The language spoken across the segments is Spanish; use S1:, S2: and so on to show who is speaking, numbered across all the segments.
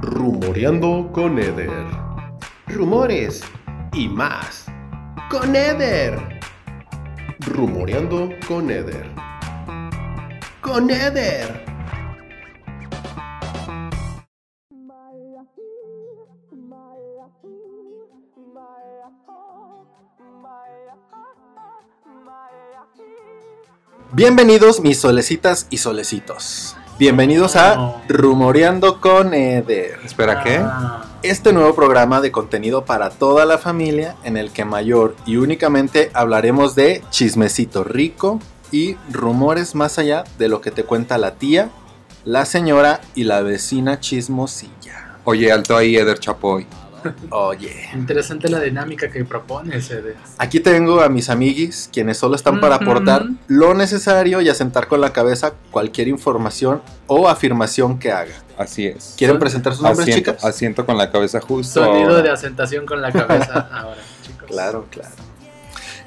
S1: Rumoreando con Eder. Rumores y más. Con Eder. Rumoreando con Eder. Con Eder.
S2: Bienvenidos mis solecitas y solecitos. Bienvenidos a Rumoreando con Eder.
S3: Espera, ¿qué?
S4: Ah,
S2: Este nuevo programa de contenido para toda la familia en el que mayor y únicamente hablaremos de chismecito rico y rumores más allá de lo que te cuenta la tía, la señora y la vecina chismosilla.
S3: Oye, alto ahí, Eder Chapoy.
S2: Oye.
S4: Interesante la dinámica que propones, Eder.
S2: Aquí tengo a mis amiguis, quienes solo están para
S4: Ujú.
S2: aportar lo necesario y asentar con la cabeza cualquier información o afirmación que haga.
S3: Así es.
S2: ¿Quieren
S4: Son-
S2: presentar sus nombres,
S3: Asiento,
S2: chicas?
S3: asiento con la cabeza justo.
S4: Sonido
S3: ahora.
S4: de asentación con la cabeza ahora, chicos.
S2: Claro, claro.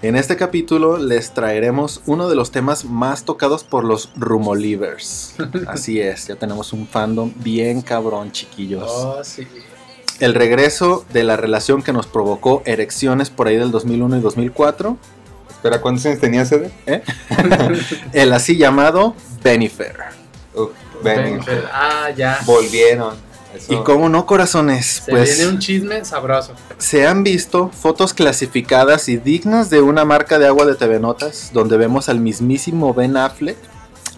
S2: En este capítulo les traeremos uno de los temas más tocados por los rumolivers. Así es, ya tenemos un fandom bien cabrón, chiquillos.
S4: Oh, sí.
S2: El regreso de la relación que nos provocó erecciones por ahí del 2001 y 2004,
S3: Espera, ¿cuántos años tenías, Eder?
S2: ¿Eh? el así llamado Benifer.
S3: Uf, ven.
S4: Ven, Fer. Ah, ya.
S3: Volvieron. Eso.
S2: Y como no, corazones,
S4: Oh. Se
S2: pues
S4: viene un chisme sabroso.
S2: se han visto fotos clasificadas y dignas de una marca de agua de TV Notas, donde vemos al mismísimo Ben Affleck,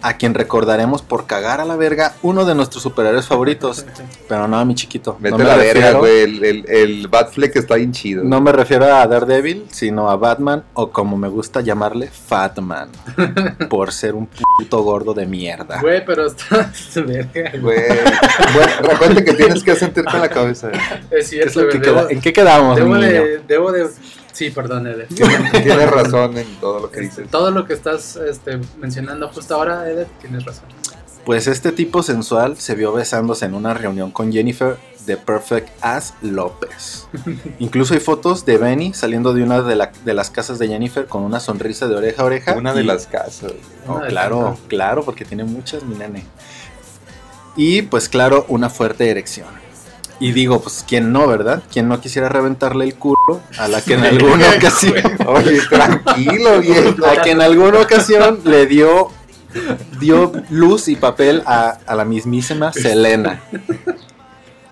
S2: a quien recordaremos por cagar a la verga uno de nuestros superhéroes favoritos. Pero no, mi chiquito.
S3: Vete
S2: no
S3: a
S2: me
S3: la verga,
S2: refiero-
S3: güey. El, el, el Batfleck está bien chido.
S2: No me refiero a Daredevil, sino a Batman, o como me gusta llamarle, Fatman. por ser un puto gordo de mierda.
S4: Güey, pero está. verga, güey.
S3: Güey. bueno, recuerda que tienes que sentir con la cabeza.
S4: Es
S2: ¿Qué es
S4: cierto,
S2: lo
S4: güey.
S2: que
S4: Debo,
S2: queda- ¿En qué quedamos,
S4: debo
S2: mi niño?
S4: de, debo de. Sí, perdón, Eder.
S3: Tienes razón en todo lo que
S4: Este,
S3: dices.
S4: todo lo que estás este, mencionando justo ahora, Eder, tienes razón.
S2: Pues este tipo sensual se vio besándose en una reunión con Jennifer de Perfect As López. Incluso hay fotos de Benny saliendo de una de, la- de las casas de Jennifer con una sonrisa de oreja a oreja.
S3: Una de
S2: y-
S3: las casas.
S2: Oh,
S4: Una de
S2: claro,
S4: tantas.
S2: claro, porque tiene muchas, mi nene. Y pues claro, una fuerte erección. Y digo, pues quién no, ¿verdad? ¿Quién no quisiera reventarle el culo a la que en alguna ocasión
S3: Oye, tranquilo, viejo.
S2: a que en alguna ocasión le dio dio luz y papel a, a la mismísima Selena.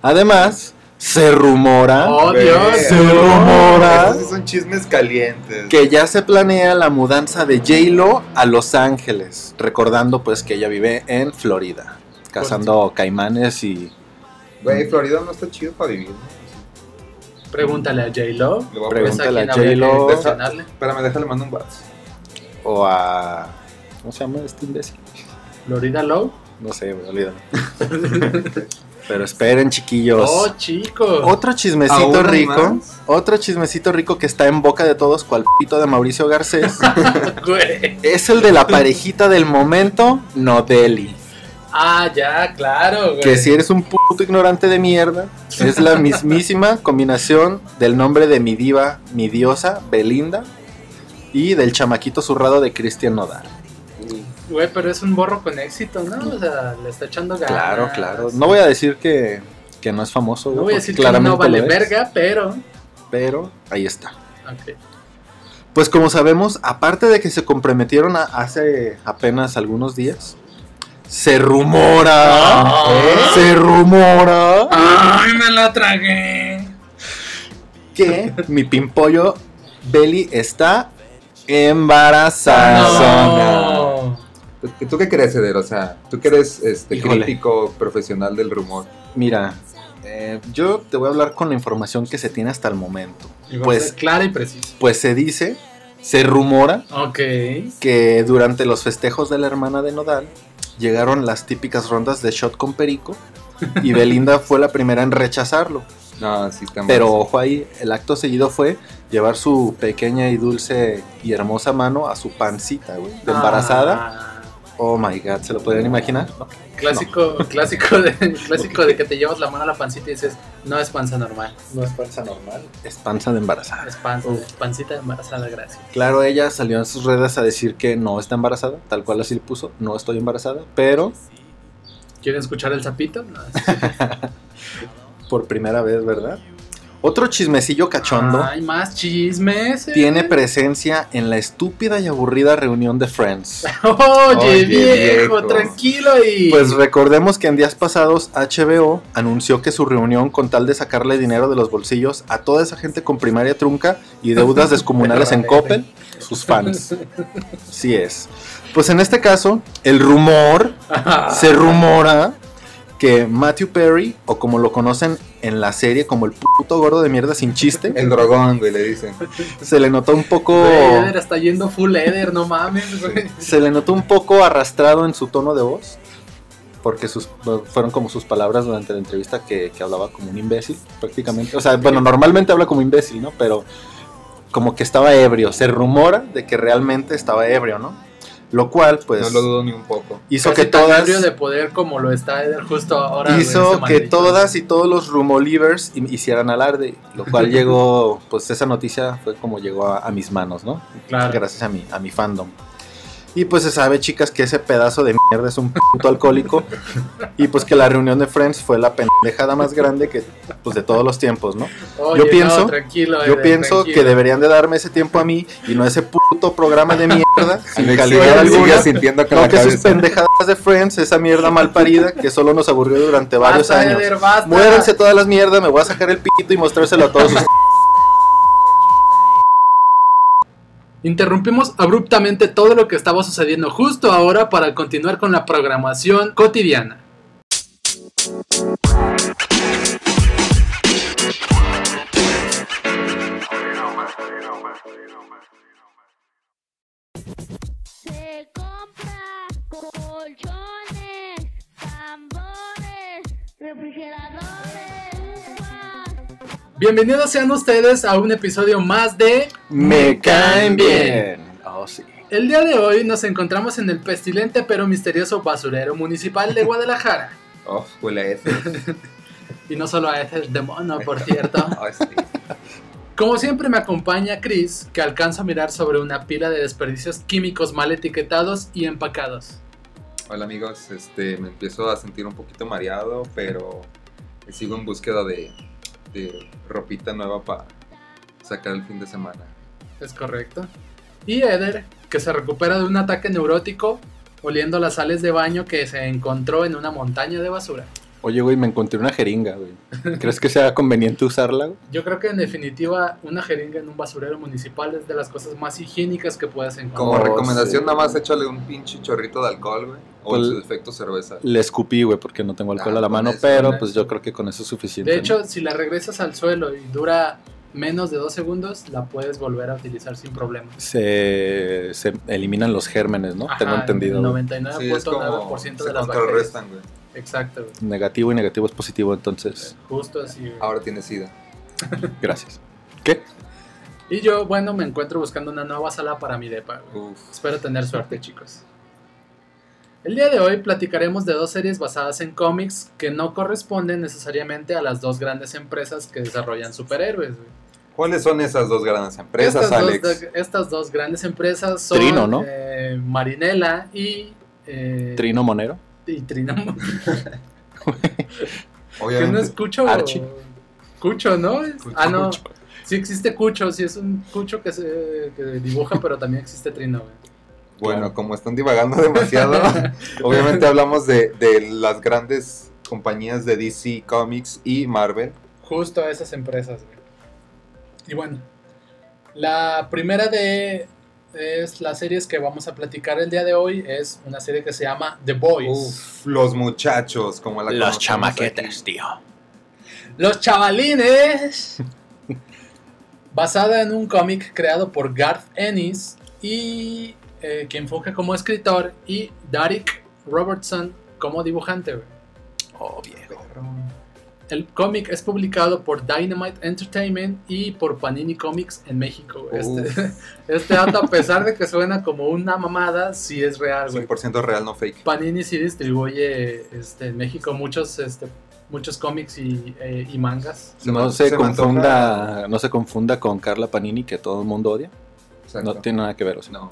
S2: Además, se rumora
S4: Oh, Dios.
S2: Se rumora.
S3: Esos son chismes calientes.
S2: que ya se planea la mudanza de J-Lo a Los Ángeles, recordando pues que ella vive en Florida, cazando caimanes y
S3: Güey, Florida no está chido para vivir. ¿no?
S4: Pregúntale a J-Lo.
S3: Le voy
S2: Pregunta-
S3: a
S4: Pues,
S2: Pregúntale
S4: quién
S2: a
S4: habría que
S2: J-Lo.
S4: cuestionarle?
S3: Espérame, déjale, mando un WhatsApp.
S2: o a ¿cómo se llama este imbécil?
S4: Florida Low.
S2: No sé, güey, olvídalo. Pero esperen, chiquillos.
S4: Oh, chicos.
S2: Otro chismecito
S3: ¿Aún hay
S2: rico.
S3: más?
S2: Otro chismecito rico que está en boca de todos, cual pito de Mauricio Garcés,
S4: Güey.
S2: es el de la parejita del momento, Nodeli.
S4: Ah, ya, claro, güey.
S2: Que si eres un puto ignorante de mierda, es la mismísima combinación del nombre de mi diva, mi diosa, Belinda, y del chamaquito zurrado de Cristian Nodal.
S4: Güey, pero es un borro con éxito, ¿no? O sea, le está echando ganas.
S2: Claro, claro. No voy a decir que, que no es famoso,
S4: No
S2: güey,
S4: voy a
S2: porque
S4: decir que
S2: claramente
S4: no vale
S2: lo es,
S4: verga, pero.
S2: Pero ahí está.
S4: Ok.
S2: Pues como sabemos, aparte de que se comprometieron a- hace apenas algunos días, se rumora,
S4: Ah.
S2: se rumora
S4: ¡Ay, me la tragué!
S2: que mi pimpollo Belly está Ah, embarazada.
S4: No.
S3: ¿Tú, tú qué crees, Eder? O sea, tú que eres este,
S2: Híjole.
S3: crítico profesional del rumor.
S2: Mira, eh, yo te voy a hablar con la información que se tiene hasta el momento.
S4: Y vamos a
S2: Pues,
S4: ser clara y precisa.
S2: pues se dice, se rumora
S4: Ok.
S2: que durante los festejos de la hermana de Nodal llegaron las típicas rondas de shot con Perico y Belinda fue la primera en rechazarlo.
S3: No, sí está mal.
S2: Pero ojo ahí, el acto seguido fue llevar su pequeña y dulce y hermosa mano a su pancita, güey, de embarazada.
S4: Ah,
S2: Oh my god, ¿se lo podrían imaginar?
S4: clásico, clásico, de, clásico de que te llevas la mano a la pancita y dices, no es panza normal,
S2: No es panza normal, es panza de embarazada.
S4: es panza, pancita embarazada, gracias.
S2: Claro, ella salió en sus redes a decir que no está embarazada, tal cual así le puso, no estoy embarazada, pero
S4: ¿Quieren escuchar el sapito? No,
S2: por primera vez, ¿verdad? Otro chismecillo cachondo
S4: Hay más chismes. eh.
S2: tiene presencia en la estúpida y aburrida reunión de Friends.
S4: Oye,
S3: Oye,
S4: viejo,
S3: viejo.
S4: tranquilo y.
S2: Pues recordemos que en días pasados HBO anunció que su reunión con tal de sacarle dinero de los bolsillos a toda esa gente con primaria trunca y deudas descomunales en Coppel, sus fans. Sí es. Pues en este caso, el rumor
S4: Ah.
S2: se rumora que Matthew Perry, o como lo conocen en la serie como el puto gordo de mierda sin chiste,
S3: El dragón, güey, le dicen.
S2: Pues, se le notó un poco
S4: Güey, Eder está yendo full Eder, no mames, güey.
S2: se le notó un poco arrastrado en su tono de voz porque sus, fueron como sus palabras durante la entrevista que, que hablaba como un imbécil prácticamente o sea bueno normalmente habla como imbécil no pero como que estaba ebrio se rumora de que realmente estaba ebrio no lo cual pues
S3: No lo dudo ni un poco.
S2: hizo
S4: Casi
S2: que
S4: tan
S2: todas
S4: ebrio de poder como lo está Eder justo ahora. güey, ese
S2: hizo que
S4: maldito.
S2: todas y todos los rumolivers hi- hicieran alarde, lo cual llegó, pues esa noticia fue como llegó a, a mis manos, ¿no?
S4: Claro.
S2: Gracias a mi, a mi fandom. Y pues se sabe, chicas, que ese pedazo de mierda es un puto alcohólico. Y pues que la reunión de Friends fue la pendejada más grande que, pues de todos los tiempos, ¿no?
S4: Oye,
S2: yo
S4: no,
S2: pienso-
S4: tranquilo,
S2: Yo
S4: Eder,
S2: pienso que
S4: tranquilo.
S2: deberían de darme ese tiempo a mí y no ese puto programa de mierda sin
S3: Alex
S2: calidad
S3: sigue- sigue
S2: alguna.
S3: asintiendo con
S2: No,
S3: la
S2: que sus
S3: cabeza.
S2: pendejadas de Friends, esa mierda mal parida que solo nos aburrió durante varios
S4: Basta,
S2: años.
S4: Eder, basta.
S2: Muéranse todas las mierdas, me voy a sacar el pito y mostrárselo a todos ustedes.
S4: Interrumpimos abruptamente todo lo que estaba sucediendo justo ahora para continuar con la programación cotidiana.
S5: Se compra colchones, tambores, refrigeradores, uvas.
S4: Bienvenidos sean ustedes a un episodio más de...
S2: Me
S4: caen bien.
S2: Oh, sí.
S4: El día de hoy nos encontramos en el pestilente pero misterioso basurero municipal de Guadalajara.
S3: Oh, huele a ese.
S4: Y no solo a ese el demonio, por cierto.
S3: Ay, sí.
S4: Como siempre me acompaña Chris, que alcanza a mirar sobre una pila de desperdicios químicos mal etiquetados y empacados.
S3: Hola amigos, este, me empiezo a sentir un poquito mareado, pero sigo en búsqueda de, de ropita nueva para sacar el fin de semana.
S4: Es correcto. Y Eder, que se recupera de un ataque neurótico oliendo las sales de baño que se encontró en una montaña de basura.
S2: Oye, güey, me encontré una jeringa, güey. ¿Crees que sea conveniente usarla? güey?
S4: Yo creo que en definitiva una jeringa en un basurero municipal es de las cosas más higiénicas que puedes encontrar.
S3: Como
S2: Oh,
S3: recomendación,
S2: sí.
S3: nada más échale un pinche chorrito de alcohol, güey. O
S2: Pues-
S3: en su defecto cerveza.
S2: Le escupí, güey, porque no tengo alcohol
S3: Ah,
S2: a la
S3: con
S2: mano,
S3: eso,
S2: pero
S4: con
S2: pues
S4: eso.
S2: yo creo que con eso es suficiente.
S4: De
S2: ¿no?
S4: hecho, si la regresas al suelo y dura menos de dos segundos, la puedes volver a utilizar sin problema.
S2: se, se eliminan los gérmenes, ¿no?
S4: Ajá,
S2: tengo entendido.
S4: El
S2: güey.
S4: 99.9%
S3: Sí, es como se
S4: de las bacterias.
S3: contrarrestan, güey.
S4: Exacto, güey.
S2: Negativo y negativo es positivo, entonces,
S4: justo así. güey.
S3: Ahora tiene sida.
S2: gracias. ¿Qué?
S4: Y yo, bueno, me encuentro buscando una nueva sala para mi depa. güey.
S3: Uf.
S4: Espero tener suerte, chicos. El día de hoy platicaremos de dos series basadas en cómics que no corresponden necesariamente a las dos grandes empresas que desarrollan superhéroes. güey.
S3: ¿Cuáles son esas dos grandes empresas,
S4: estas,
S3: Alex?
S4: Dos, estas dos grandes empresas son
S2: Trino, ¿no?
S4: eh, Marinela y... eh,
S2: Trino Monero.
S4: Y Trino. Que no
S3: Obviamente.
S4: es Cucho.
S2: Archie.
S4: Cucho, ¿no?
S3: Cucho,
S4: ah, no.
S3: Cucho.
S4: Sí existe Cucho, sí es un Cucho que se que dibuja, pero también existe Trino, güey.
S3: Bueno, como están divagando demasiado, obviamente hablamos de, de las grandes compañías de DC Comics y Marvel.
S4: Justo a esas empresas, güey. Y bueno, la primera de es las series que vamos a platicar el día de hoy es una serie que se llama The Boys.
S3: Uf, los muchachos, como la conocemos
S2: tío.
S4: Los chavalines. Basada en un cómic creado por Garth Ennis y eh, quien funge como escritor y Derek Robertson como dibujante. güey.
S2: Oh, viejo.
S4: El cómic es publicado por Dynamite Entertainment y por Panini Comics en México.
S3: aquí.
S4: Este,
S3: Uf,
S4: este dato, a pesar de que suena como una mamada, sí es real, güey.
S3: 100% real, no fake.
S4: Panini sí distribuye este, en México muchos, este, muchos cómics y, eh, y mangas.
S3: Se
S2: No
S3: me-
S2: se,
S3: se me
S2: confunda, no se confunda con Carla Panini, que todo el mundo odia.
S3: Exacto.
S2: No tiene nada que ver, o sea.
S3: No,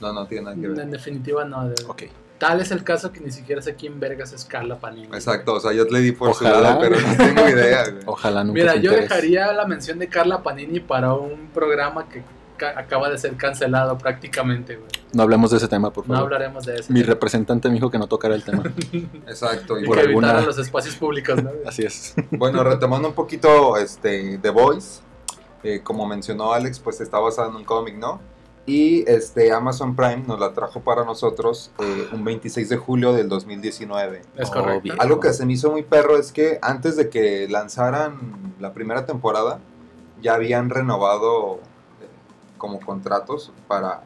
S3: no, no tiene nada que ver.
S4: En definitiva, no. de-
S2: Ok.
S4: Tal es el caso que ni siquiera sé quién vergas es Carla Panini. güey.
S3: Exacto, o sea, yo le di por su
S2: Ojalá.
S3: lado, pero no tengo idea, güey.
S2: Ojalá nunca
S4: Mira,
S2: te
S4: yo
S2: enteres.
S4: dejaría la mención de Carla Panini para un programa que ca- acaba de ser cancelado prácticamente, güey.
S2: No hablemos de ese tema, por
S4: No
S2: favor.
S4: hablaremos de eso.
S2: Mi representante me dijo que no tocara el tema.
S3: Exacto. Y
S4: Hay
S2: por
S4: que
S2: alguna-
S4: evitar a los espacios públicos, ¿no?
S2: Así es.
S3: bueno, retomando un poquito este, The Voice, eh, como mencionó Alex, pues está basada en un cómic, ¿no? Y este, Amazon Prime nos la trajo para nosotros eh, un 26 de julio del 2019.
S4: Es correcto.
S2: Obvio.
S3: Algo que se me hizo muy perro es que antes de que lanzaran la primera temporada, ya habían renovado eh, como contratos para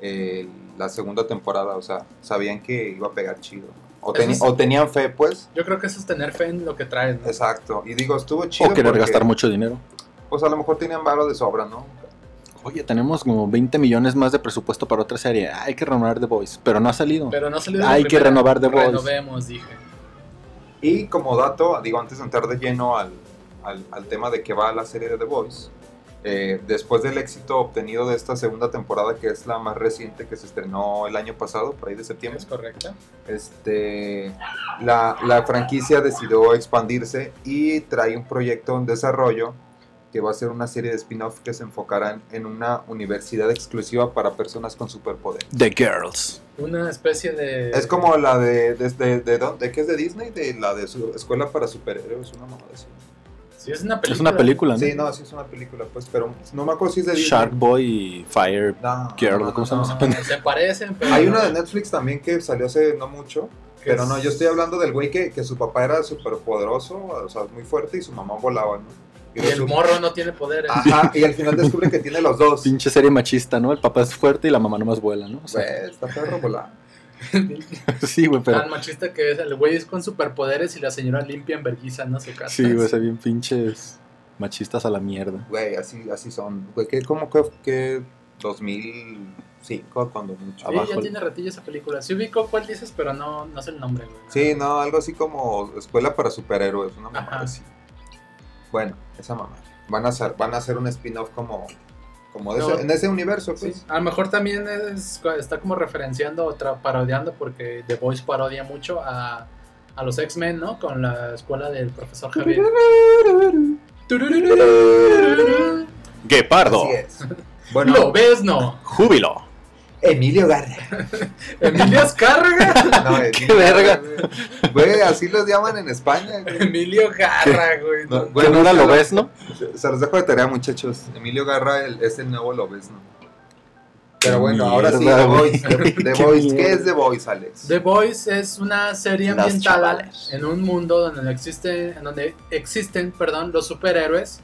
S3: eh, la segunda temporada. O sea, sabían que iba a pegar chido. O,
S4: Eso
S3: teni-
S4: es-
S3: o tenían fe, pues.
S4: Yo creo que eso es tener fe en lo que traes, ¿no?
S3: Exacto. Y digo, estuvo chido.
S2: O querer
S3: porque,
S2: gastar mucho dinero.
S3: Pues a lo mejor tenían varo de sobra, ¿no?
S2: Oye, tenemos como 20 millones más de presupuesto para otra serie. Hay que renovar The Voice, pero no ha salido.
S4: Pero no salió de
S2: Hay
S4: la
S2: que
S4: primera.
S2: renovar The Voice.
S4: Renovemos, dije.
S3: Y como dato, digo, antes de entrar de lleno al, al- al tema de que va la serie de The Voice, eh, después del éxito obtenido de esta segunda temporada, que es la más reciente que se estrenó el año pasado, por ahí de septiembre,
S4: Es correcto.
S3: este, la, la franquicia decidió expandirse y trae un proyecto en desarrollo que va a ser una serie de spin-off que se enfocarán en una universidad exclusiva para personas con superpoder.
S2: The Girls.
S4: Una especie de.
S3: Es como la de, de, de, de, dónde- de- ¿qué es de Disney? De la de su escuela para superhéroes, una mamada así.
S4: Sí, es una película.
S2: Es una película, ¿no?
S3: Sí, no, sí es una película, pues, pero no me acuerdo si es de Disney.
S2: Shark Boy y Fire.
S3: No,
S2: Girl,
S3: no, no,
S2: ¿cómo se
S3: no.
S2: llama?
S4: No, se parecen, pero.
S3: Hay una de Netflix también que salió hace no mucho,
S4: que
S3: pero
S4: es-
S3: no, yo estoy hablando del güey que, que su papá era súper poderoso, o sea, muy fuerte y su mamá volaba, ¿no?
S4: Y el
S3: resulta-
S4: morro no tiene poderes.
S3: Ajá, y al final descubre que tiene los dos.
S2: Pinche serie machista, ¿no? El papá es fuerte y la mamá nomás vuela, ¿no? O sea,
S3: Güey, está perro volar.
S2: sí, güey, pero.
S4: Tan machista que es. El güey es con superpoderes y la señora limpia en vergüenza en su casa.
S2: Sí, güey, se bien pinches machistas a la mierda.
S3: Güey, así, así son. Güey, que como que, que 2005 cuando mucho.
S4: Sí,
S2: Abajo
S4: ya
S2: el-
S4: tiene ratillo esa película. Sí ubico cuál dices, pero no, no sé el nombre, güey.
S3: Sí, no, algo así como escuela para superhéroes, una mamá
S4: Ajá.
S3: así. Bueno, esa mamá. Van a hacer, van a hacer un spin-off como, como de
S4: No.
S3: ese- en ese universo,
S4: Sí,
S3: pues.
S4: A lo mejor también es- está como referenciando otra parodiando porque The Voice parodia mucho a, a los X-Men, ¿no? Con la escuela del profesor Javier.
S2: Guepardo,
S3: Así es. Bueno,
S4: ¿Lo ves, no?
S2: júbilo.
S3: Emilio Garra.
S4: Emilio Escarga.
S3: No, Emilio
S2: verga.
S3: Garra, güey. Güey, así los llaman en España. güey.
S4: Emilio Garra, güey.
S3: No,
S4: No,
S3: güey,
S2: que no era lo
S3: búscalo.
S2: ves, ¿no?
S3: Se los dejo de tarea, muchachos. Emilio Garra el- es el nuevo Lobesno. Pero bueno, ahora sí,
S2: Mierda,
S3: The
S2: güey.
S3: Voice. The, The
S2: Qué
S3: Voice. ¿Qué
S2: mierda.
S3: es The Voice, Alex?
S4: The Voice es una serie
S2: Los
S4: ambientada
S2: chavales.
S4: en un mundo donde no existe, en donde existen, perdón, los superhéroes.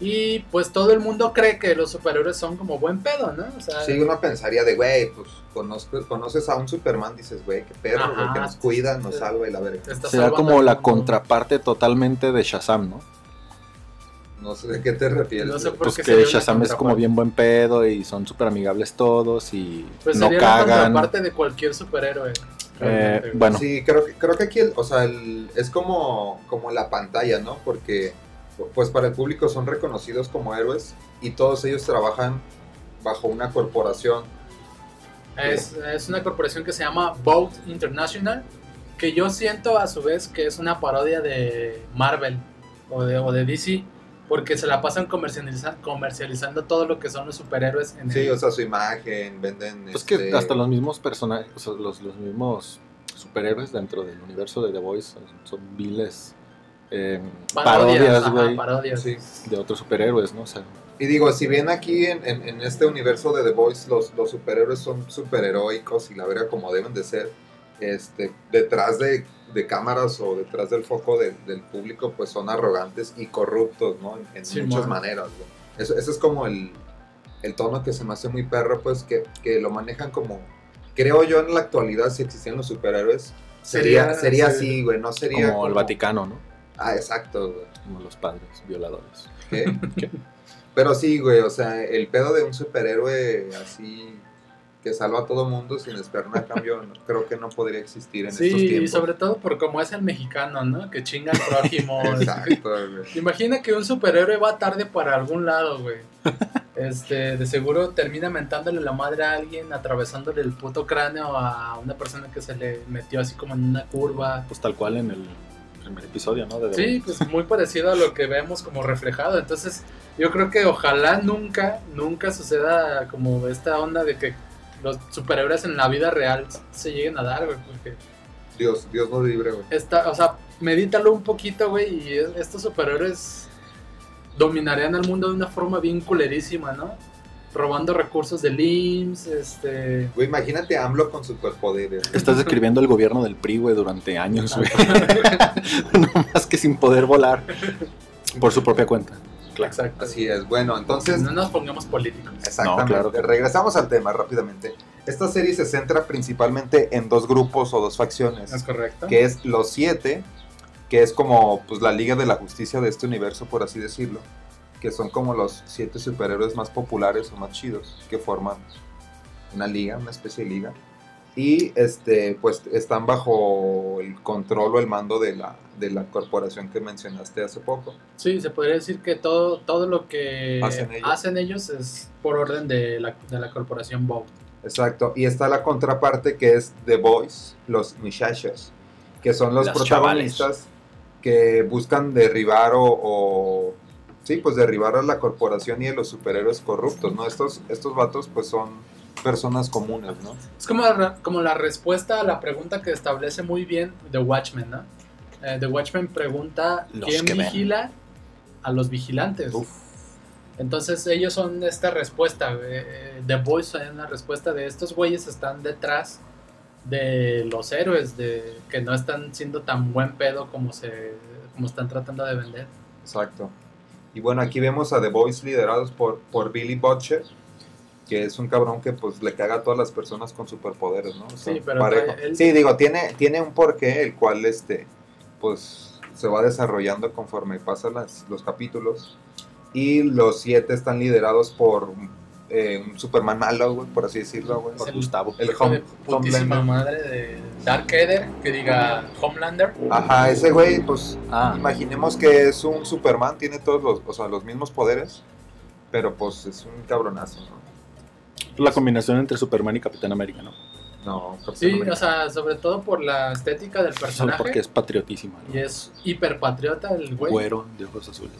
S4: Y pues todo el mundo cree que los superhéroes son como buen pedo, ¿no? O sea,
S3: Sí, uno pensaría de, güey, pues conozco- conoces a un Superman, dices, güey, qué perro,
S4: Ajá.
S3: güey, que nos cuida, nos salva y la verga.
S4: está
S2: Será
S4: salvando
S2: como
S4: al
S2: la
S4: mundo.
S2: contraparte totalmente de Shazam, ¿no?
S3: No sé de qué te refieres.
S4: No sé
S3: güey.
S4: por
S2: Pues
S4: qué sería
S2: que
S4: una
S2: Shazam es como
S4: contraparte.
S2: bien buen pedo y son súper amigables todos y
S4: Pues
S2: no
S4: sería la
S2: cagan.
S4: contraparte de cualquier superhéroe.
S2: Eh,
S4: realmente, güey.
S2: bueno,
S3: Sí, creo que, creo que aquí, el- o sea, el- es como, como la pantalla, ¿no? Porque, pues para el público son reconocidos como héroes y todos ellos trabajan bajo una corporación.
S4: Es, es una corporación que se llama Boat International, que yo siento a su vez que es una parodia de Marvel o de, o de DC, porque se la pasan comercializa- comercializando todo lo que son los superhéroes en
S3: Sí,
S4: el-
S3: o sea, su imagen, venden...
S2: pues
S3: este,
S2: que hasta los mismos personajes, o sea, los, los mismos superhéroes dentro del universo de The Voice son, son viles eh, parodias,
S4: ajá,
S2: güey,
S4: parodias.
S3: sí.
S2: de otros superhéroes, ¿no? O sea,
S3: Y digo, si bien aquí en, en- en este universo de The Voice los, los superhéroes son superheroicos y la verga como deben de ser, este, detrás de, de cámaras o detrás del foco de- del público, pues son arrogantes y corruptos, ¿no? En, en
S4: Sí,
S3: muchas
S4: mon.
S3: maneras, güey. Eso, eso es como el, el tono que se me hace muy perro, pues que, que lo manejan como... Creo yo en la actualidad, si existían los superhéroes, sería, sería así, güey, no sería...
S2: como el Vaticano, ¿no?
S3: Ah, exacto, güey.
S2: Como los padres violadores.
S3: ¿Qué?
S2: ¿Qué?
S3: Pero sí, güey, o sea, el pedo de un superhéroe así que salva a todo mundo sin esperar nada a cambio, no- creo que no podría existir en
S4: Sí,
S3: estos
S4: y
S3: tiempos.
S4: sobre todo por cómo es el mexicano, ¿no? Que chinga al prójimo.
S3: Exacto, güey.
S4: Imagina que un superhéroe va tarde para algún lado, güey. Este, de seguro termina mentándole la madre a alguien, atravesándole el puto cráneo a una persona que se le metió así como en una curva.
S2: Pues tal cual en el primer episodio, ¿no? De The
S4: Sí, pues muy parecido a lo que vemos como reflejado. Entonces, yo creo que ojalá nunca, nunca suceda como esta onda de que los superhéroes en la vida real se lleguen a dar, güey, porque
S3: Dios, Dios nos libre, güey.
S4: Esta, o sea, medítalo un poquito, güey, y es- estos superhéroes dominarían al mundo de una forma bien culerísima, ¿no? Robando recursos del IMSS, este...
S3: Güey, imagínate a AMLO con superpoderes. güey.
S2: Estás describiendo el gobierno del PRI, güey, durante años, güey. no más que sin poder volar por su propia cuenta.
S4: Exacto.
S3: Así es. Bueno, entonces,
S4: No nos pongamos políticos.
S3: exactamente.
S2: No, claro que-
S3: Regresamos al tema rápidamente. Esta serie se centra principalmente en dos grupos o dos facciones.
S4: ¿Es correcto?
S3: que es Los Siete, que es como pues la Liga de la Justicia de este universo, por así decirlo, que son como los siete superhéroes más populares o más chidos, que forman una liga, una especie de liga. Y este, pues están bajo el control o el mando de la, de la corporación que mencionaste hace poco.
S4: Sí, se podría decir que todo, todo lo que
S3: Hacen
S4: hacen
S3: ellos.
S4: ellos, es por orden de la, de la corporación Bob.
S3: Exacto. Y está la contraparte que es The Boys, los muchachos, que son los
S2: Las
S3: protagonistas que buscan derribar o, o- sí, pues derribar a la corporación y a los superhéroes corruptos, ¿no? Estos, estos vatos pues son personas comunes, ¿no?
S4: Es como, la- como la respuesta a la pregunta que establece muy bien The Watchmen, ¿no? Eh, The Watchmen pregunta
S2: Los
S4: quién
S2: que ven.
S4: vigila a los vigilantes. Entonces ellos son esta respuesta. eh, eh, The Boys son la respuesta de estos güeyes están detrás de los héroes, de que no están siendo tan buen pedo como se como están tratando de vender.
S3: Exacto. Y bueno, aquí vemos a The Boys liderados por, por Billy Butcher, que es un cabrón que pues le caga a todas las personas con superpoderes, ¿no? O sea,
S4: Sí, pero
S3: parejo.
S4: trae- él-
S3: Sí, digo, tiene, tiene un porqué, el cual este, pues se va desarrollando conforme pasan las- los capítulos. Y los siete están liderados por eh, un Superman malo, güey, por así decirlo, güey.
S4: Es el-
S2: Gustavo.
S3: El
S4: hijo
S3: Hom-
S4: de putísima
S3: Homelander.
S4: madre de Dark Eder, que diga Homelander.
S3: Ajá, ese güey, pues
S2: Ah,
S3: Imaginemos que es un Superman, tiene todos los, o sea, los mismos poderes, pero pues es un cabronazo, ¿no?
S2: la combinación entre Superman y Capitán América, ¿no?
S3: No, Capitán
S4: Sí,
S3: América.
S4: o sea, sobre todo por la estética del
S2: Solo
S4: personaje.
S2: porque es patriotísima, ¿no?
S4: Y es hiperpatriota el güey.
S2: Güero de ojos azules.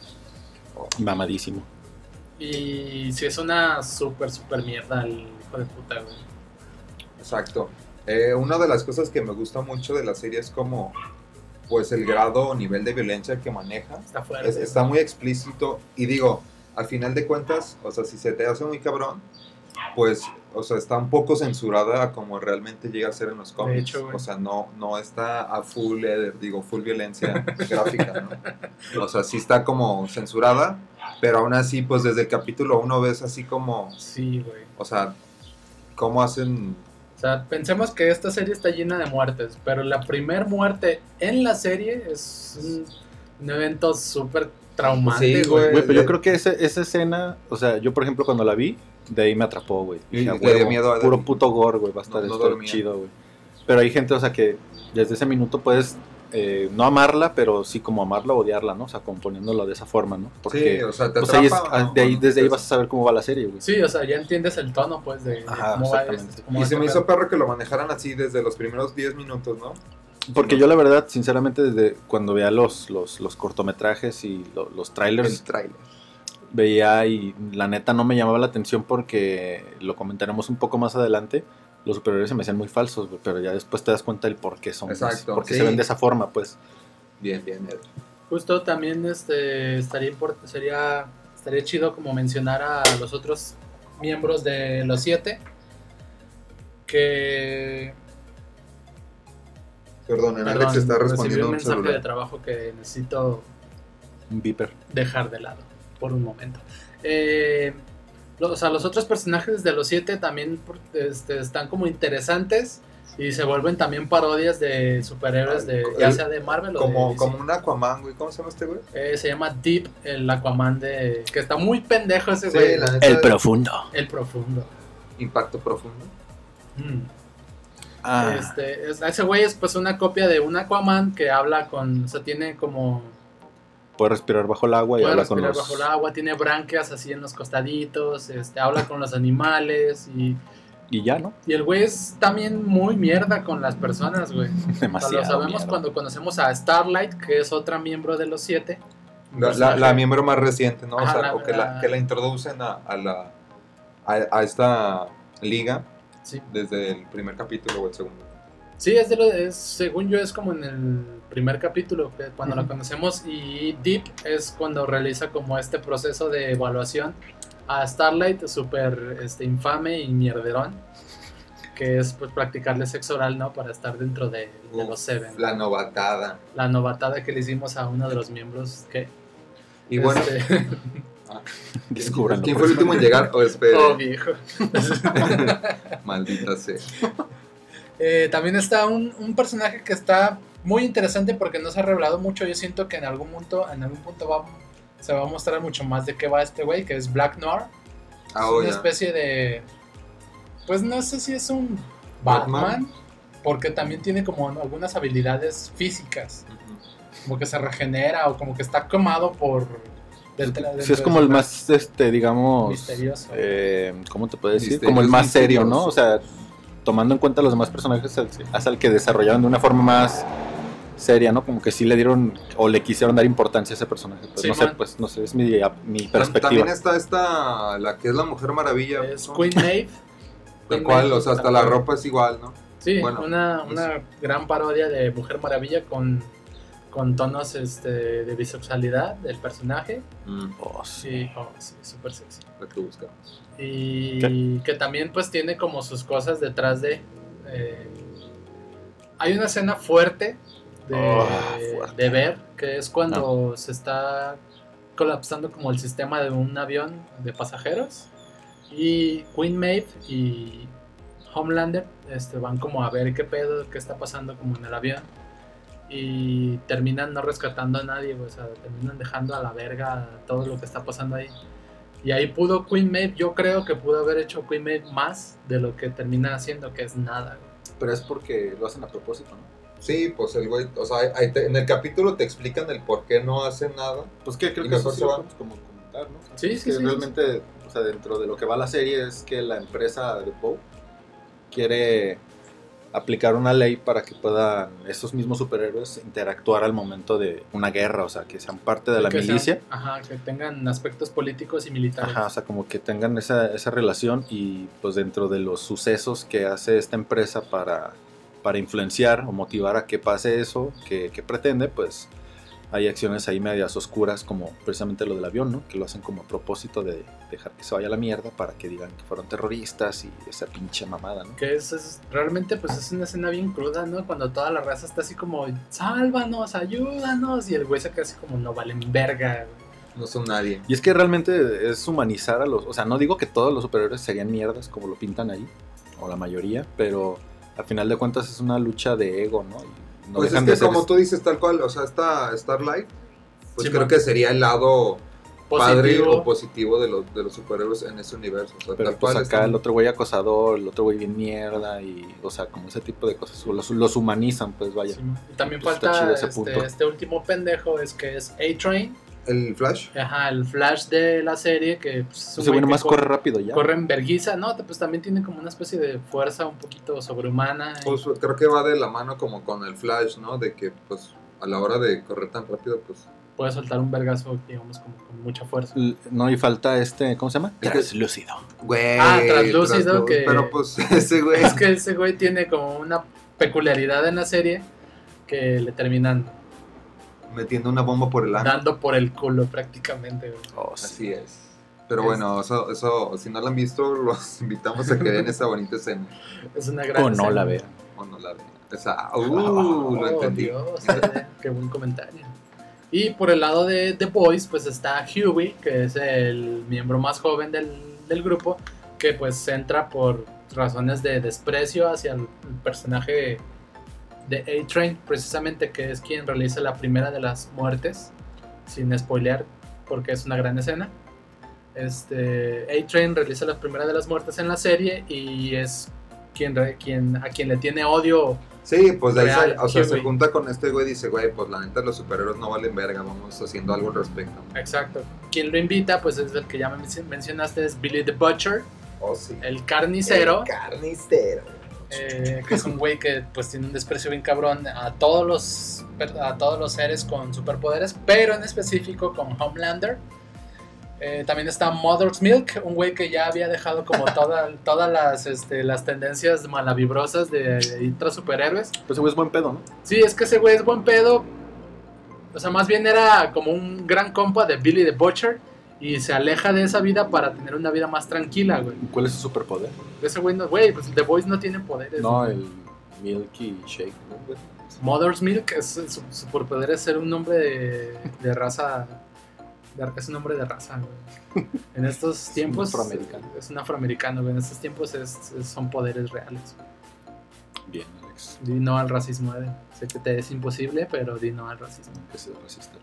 S2: Oh. Mamadísimo.
S4: Y si es una super, super mierda el hijo de puta, güey.
S3: Exacto. Eh, una de las cosas que me gusta mucho de la serie es como, pues el grado o nivel de violencia que maneja.
S4: Está fuerte.
S3: Es- está muy explícito y digo, al final de cuentas, o sea, si se te hace muy cabrón, pues, o sea, está un poco censurada a como realmente llega a ser en los cómics.
S4: hecho, güey.
S3: o sea, no, no está a full, eh, digo, full violencia gráfica, ¿no? O sea, sí está como censurada, pero aún así, pues desde el capítulo 1 ves así como,
S4: Sí, güey.
S3: o sea, cómo hacen...
S4: O sea, pensemos que esta serie está llena de muertes, pero la primer muerte en la serie es un, un evento súper traumante,
S3: Sí,
S4: güey.
S3: güey.
S2: Güey, pero yo creo que ese- esa escena, o sea, yo por ejemplo cuando la vi, de ahí me atrapó, güey.
S3: Y
S2: Dije,
S3: le
S2: "A huevo,
S3: dio miedo a-
S2: Puro puto gore, güey, va a estar
S3: No- no
S2: esto
S3: dormía.
S2: chido, güey. Pero hay gente, o sea, que desde ese minuto puedes eh, no amarla, pero sí como amarla o odiarla, ¿no? O sea, componiéndola de esa forma, ¿no? Porque
S3: sí, o sea, ah, te
S2: pues, ahí es-
S3: atrapa, ¿no?
S2: de ahí- desde ahí vas a saber cómo va la serie, güey.
S4: Sí, o sea, ya entiendes el tono, pues, de, de
S2: Ajá,
S4: cómo va
S2: exactamente.
S4: esto, cómo
S3: Y
S4: va
S3: se
S4: este
S3: me
S4: pedo.
S3: hizo perro que lo manejaran así desde los primeros 10 minutos, ¿no?
S2: Porque yo la verdad, sinceramente, desde cuando veía los, los, los cortometrajes y lo- los trailers,
S3: El tráiler.
S2: veía y la neta no me llamaba la atención porque lo comentaremos un poco más adelante. Los superiores se me hacían muy falsos, güey, pero ya después te das cuenta del por qué son.
S3: Exacto,
S2: porque
S3: sí.
S2: se ven de esa forma, pues.
S3: Bien, bien, Ed.
S4: Justo también este, estaría, import- sería, estaría chido como mencionar a los otros miembros de los siete. Que.
S3: Perdón, Alex
S4: Perdón,
S3: está
S4: recibí
S3: respondiendo
S4: un
S3: un
S4: mensaje de
S3: celular.
S4: trabajo que necesito
S2: Un viper.
S4: dejar de lado por un momento. Eh, lo- o sea, los otros personajes de los siete también por- este, están como interesantes y se vuelven también parodias de superhéroes de ya sea de Marvel o de
S3: Ah, Como,
S4: DC.
S3: como un Aquaman, güey. ¿Cómo se llama este güey?
S4: Eh, se llama Deep el Aquaman de que está muy pendejo ese
S3: Sí,
S4: güey.
S3: la neta,
S2: profundo.
S4: El profundo.
S3: Impacto profundo.
S4: Mm.
S2: Ah,
S4: Este, es- ese güey es pues una copia de un Aquaman que habla con, o sea, tiene como
S2: Puede respirar bajo el agua y
S4: Puede
S2: habla con
S4: respirar
S2: los...
S4: bajo el agua, tiene branquias así en los costaditos, este, habla con los animales y,
S2: Y ya, ¿no?
S4: y el güey es también muy mierda con las personas, güey. O sea,
S2: Demasiado.
S4: lo sabemos
S2: mierda.
S4: cuando conocemos a Starlight, que es otra miembro de los siete.
S3: La, la- la miembro más reciente, ¿no? O
S4: Pues Ajá,
S3: sea,
S4: la-
S3: o que, la,
S4: la-
S3: que la introducen a, a la, a, a esta liga
S4: Sí,
S3: desde el primer capítulo o el segundo.
S4: sí es de lo- es- según yo es como en el primer capítulo, que cuando la conocemos, y Deep es cuando realiza como este proceso de evaluación a Starlight, súper este, infame y mierderón, que es pues practicarle sexo oral, ¿no? Para estar dentro de, de
S3: Uf,
S4: los Seven.
S3: La novatada.
S4: la novatada que le hicimos a uno de los miembros que
S3: Y bueno,
S4: este,
S2: Descúbranlo,
S3: ¿quién
S2: por
S3: fue el
S2: favor.
S3: último en llegar? O espera.
S4: oh, viejo.
S3: Maldita sea. Ah,
S4: Eh, también está un, un personaje que está muy interesante porque no se ha revelado mucho yo siento que en algún punto en algún punto va se va a mostrar mucho más de qué va este güey que es Black Noir
S3: Ah,
S4: es
S3: oh,
S4: una
S3: ya.
S4: especie de pues no sé si es un
S3: Batman.
S4: Batman porque también tiene como algunas habilidades físicas
S3: Ujú.
S4: como que se regenera o como que está comado por
S2: Si es como el más, este, digamos...
S4: Misterioso.
S2: eh, ¿Cómo te puedo decir?
S3: Misterioso,
S2: como el más serio, ¿no? O
S3: misterioso.
S2: sea, tomando en cuenta los demás personajes, al- hasta el que desarrollaron de una forma más seria, ¿no? Como que sí le dieron o le quisieron dar importancia a ese personaje. Pues, no sé,
S4: Simón.
S2: pues no sé, es mi, mi
S3: También
S2: perspectiva.
S3: está esta, la que es la Mujer Maravilla.
S4: es
S3: ¿no?
S4: Queen Maeve
S3: Tal
S4: Queen
S3: cual,
S4: Maeve,
S3: o sea, hasta
S4: tal
S3: la
S4: cual.
S3: ropa es igual, ¿no?
S4: Sí,
S3: Bueno,
S4: una,
S3: es-
S4: una gran parodia de Mujer Maravilla con, con tonos este, de bisexualidad del personaje.
S2: Oh, sí.
S4: Sí, oh, sí, súper sexy.
S3: Mm, La que buscamos.
S4: Y que también pues tiene como sus cosas detrás de... eh, hay una escena fuerte de,
S2: Oh, fuerte.
S4: de ver, que es cuando se está colapsando como el sistema de un avión de pasajeros. Y Queen Maeve y Homelander este, van como a ver qué pedo, qué está pasando como en el avión. Y terminan no rescatando a nadie, güey, o sea, terminan dejando a la verga todo lo que está pasando ahí. Y ahí pudo Queen Maeve, yo creo que pudo haber hecho Queen Maeve más de lo que termina haciendo, que es nada. güey.
S2: Pero es porque lo hacen a propósito, ¿no?
S3: Sí, pues el güey, o sea, ahí- ahí te- en el capítulo te explican el por qué no hace nada.
S2: Pues que creo
S3: Y
S2: que eso
S3: mejor
S2: sí
S3: se
S2: lo
S3: va.
S2: podemos como comentar, ¿no?
S4: Sí,
S2: Es
S4: sí,
S2: que
S4: sí,
S2: realmente, o sea, dentro de lo que va la serie es que la empresa de Poe quiere aplicar una ley para que puedan esos mismos superhéroes interactuar al momento de una guerra, o sea, que sean parte de la
S4: Que sean-
S2: milicia.
S4: ajá, que tengan aspectos políticos y militares.
S2: Ajá, o sea, como que tengan esa, esa relación y pues dentro de los sucesos que hace esta empresa para, para influenciar o motivar a que pase eso que, que pretende, pues hay acciones ahí medias oscuras como precisamente lo del avión, ¿no? Que lo hacen como a propósito de dejar que se vaya a la mierda para que digan que fueron terroristas y esa pinche mamada, ¿no?
S4: Que es, es- realmente pues es una escena bien cruda, ¿no? Cuando toda la raza está así como, sálvanos, ayúdanos. Y el güey se queda así como, no valen verga. güey".
S3: No son nadie.
S2: Y es que realmente es humanizar a los. O sea, no digo que todos los superhéroes serían mierdas como lo pintan ahí, o la mayoría, pero al final de cuentas es una lucha de ego, ¿no? Y no
S3: pues es
S2: dejan
S3: que
S2: de ser.
S3: como tú dices tal cual, o sea, esta Starlight, pues
S4: Sí,
S3: creo
S4: man.
S3: que sería el lado padre
S4: Positivo.
S3: o
S2: pues,
S3: positivo de los, de los superhéroes en ese universo. O sea,
S2: Pero
S3: tal
S2: pues
S3: cual
S2: acá
S3: están-
S2: el otro güey acosador, el otro güey bien mierda, y. O sea, como ese tipo de cosas. Los, los humanizan, pues vaya.
S4: Sí, man. y también
S2: Pues, está
S4: falta
S2: chido ese punto.
S4: este, este último pendejo, es que es A-Train,
S3: el Flash.
S4: ajá, el flash de la serie, que pues, es
S2: Ese
S4: un
S2: güey
S4: güey que
S2: nomás
S4: corre-
S2: corre rápido ya.
S4: corren verguiza, ¿no? Pues también tiene como una especie de fuerza un poquito sobrehumana. y-
S3: Pues creo que va de la mano como con el Flash, ¿no? De que pues a la hora de correr tan rápido, pues
S4: puede soltar un vergazo, digamos, como con mucha fuerza.
S2: L- No, y falta este. ¿Cómo se llama?
S3: Es que-
S2: Translúcido.
S3: Güey.
S4: Ah, translúcido,
S3: translú-
S4: que-
S3: Pero pues ese güey.
S4: Es que ese güey tiene como una peculiaridad en la serie que le terminan
S3: Metiendo una bomba por el ano.
S4: dando por el culo prácticamente. güey.
S2: Oh, sí.
S3: Así es. Pero bueno, eso, eso, si no la han visto, los invitamos a que vean esa bonita escena.
S4: Es una gran.
S2: O no
S4: escena.
S2: la vean.
S3: O no la vean. Esa, uh,
S2: Oh,
S3: lo
S4: Oh,
S3: entendí.
S4: Dios, eh, qué buen comentario. Y por el lado de The Boys, pues está Huey, que es el miembro más joven del, del grupo, que pues entra por razones de desprecio hacia el, el personaje de A-Train, precisamente, que es quien realiza la primera de las muertes, sin spoilear, porque es una gran escena. Este, A-Train realiza la primera de las muertes en la serie y es quien, re- quien, a quien le tiene odio
S3: Sí, pues de ahí
S4: Real,
S3: se, o sea,
S4: sí,
S3: se
S4: güey.
S3: junta con este güey y dice, güey, pues la neta los superhéroes no valen verga, vamos haciendo algo al respecto.
S4: Exacto. Quien lo invita, pues es el que ya men- mencionaste, es Billy the Butcher,
S3: Oh, sí.
S4: el carnicero,
S3: El carnicero.
S4: eh, que es un güey que pues tiene un desprecio bien cabrón a todos los per- a todos los seres con superpoderes, pero en específico con Homelander. Eh, también está Mother's Milk, un güey que ya había dejado como toda- todas las, este, las tendencias malavibrosas de ir tras superhéroes.
S2: Pues güey es buen pedo, ¿no?
S4: Sí, es que ese güey es buen pedo. O sea, más bien era como un gran compa de Billy the Butcher. Y se aleja de esa vida para tener una vida más tranquila, güey.
S2: ¿Y ¿Cuál es su superpoder?
S4: Ese güey, no, güey, pues The Boys no tiene poderes.
S2: No, el Milky Shake, ¿no, güey?
S4: Mother's Milk, es, su superpoder es ser un hombre de, de raza. de- es un hombre de raza, güey. En estos tiempos.
S2: afroamericano.
S4: Es un afroamericano, güey. En estos tiempos es- es- son poderes reales.
S2: Bien, Alex.
S4: Di no al racismo, eh. Sé que te es imposible, pero di no al racismo.
S2: Que se resiste.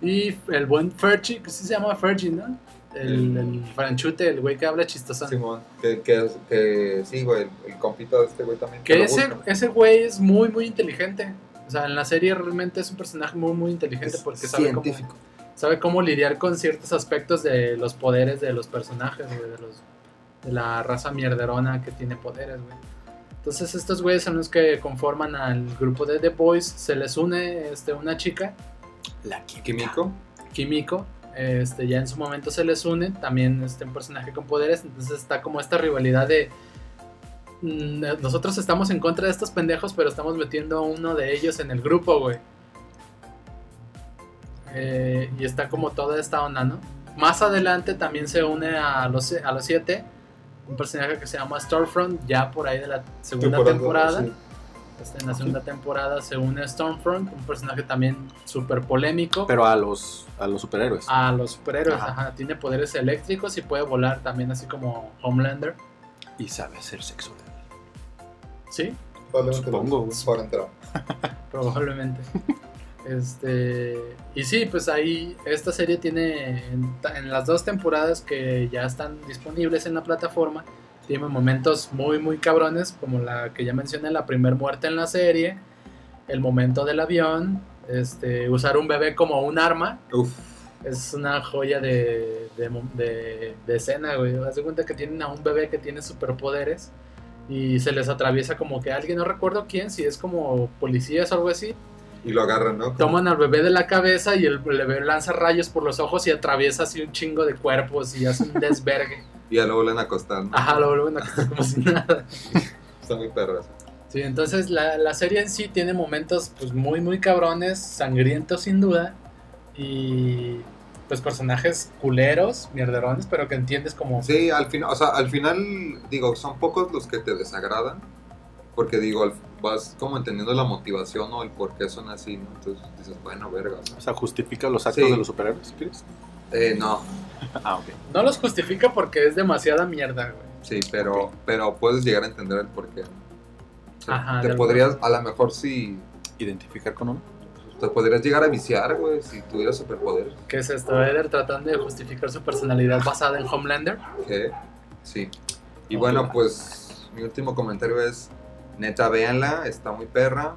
S4: Y el buen Fergie, que sí se llama Fergie, ¿no? El, el franchute, el güey que habla chistosón.
S3: Simón, que, que, que sí, güey, el, el compito de este güey también.
S4: que
S3: lo
S4: ese,
S3: busca.
S4: ese güey es muy, muy inteligente. O sea, en la serie realmente es un personaje muy, muy inteligente
S2: Es
S4: porque sabe cómo,
S2: científico.
S4: sabe cómo lidiar con ciertos aspectos de los poderes de los personajes, güey, de, los, de la raza mierderona que tiene poderes, güey. Entonces estos güeyes son los que conforman al grupo de The Boys. Se les une este, una chica
S2: La química.
S3: Químico.
S4: Kimiko, este, ya en su momento se les une, también este, un personaje con poderes, entonces está como esta rivalidad de mm, nosotros estamos en contra de estos pendejos, pero estamos metiendo a uno de ellos en el grupo, güey. Eh, y está como toda esta onda, ¿no? Más adelante también se une a los, a los siete, un personaje que se llama Stormfront, ya por ahí de la segunda temporada.
S3: sí.
S4: Este, en la segunda temporada se une a Stormfront, un personaje también súper polémico
S2: Pero a los, a los superhéroes.
S4: a los superhéroes.
S2: Ajá.
S4: ajá. Tiene poderes eléctricos y puede volar también, así como Homelander.
S2: Y sabe ser sexual.
S4: Sí,
S3: Probablemente lo-
S2: Supongo, güey.
S3: por entrar.
S4: probablemente. este Y sí, pues ahí esta serie tiene en, ta- en las dos temporadas que ya están disponibles en la plataforma. Tiene momentos muy, muy cabrones, como la que ya mencioné, la primer muerte en la serie, el momento del avión, este, usar un bebé como un arma,
S3: Uf,
S4: Es una joya de, de, mo- de- de escena, güey. Haz de cuenta que tienen a un bebé que tiene superpoderes y se les atraviesa como que alguien, no recuerdo quién, si es como policías o algo así.
S3: y lo agarran, ¿no?
S4: Toman al bebé de la cabeza y el bebé lanza rayos por los ojos y atraviesa así un chingo de cuerpos y hace un desvergue.
S3: Y ya lo vuelven a acostar, ¿no?
S4: Ajá, lo vuelven a acostar como si nada.
S3: Está muy perro eso.
S4: Sí, entonces la, la serie en sí tiene momentos pues muy muy cabrones, sangrientos sin duda, y pues personajes culeros, mierderones, pero que entiendes como...
S3: Sí, al final, o sea, al final, digo, son pocos los que te desagradan, porque digo, al- vas como entendiendo la motivación o el por qué son así, ¿no? Entonces dices, bueno, verga, o sea,
S2: O sea, justifica los actos
S3: Sí.
S2: de los superhéroes, si quieres.
S3: eh, no,
S2: Ah, ok.
S4: No los justifica porque es demasiada mierda, güey.
S3: sí, pero, pero puedes llegar a entender el por qué.
S4: Ajá, de
S3: te
S4: alguna
S3: podrías, a lo mejor si,
S2: Identificar con uno.
S3: te podrías llegar a viciar, güey, si tuvieras superpoderes,
S4: ¿Qué es esto? Eder tratando de justificar su personalidad basada en Homelander.
S3: que sí. Y bueno, pues mi último comentario es, neta, véanla, está muy perra,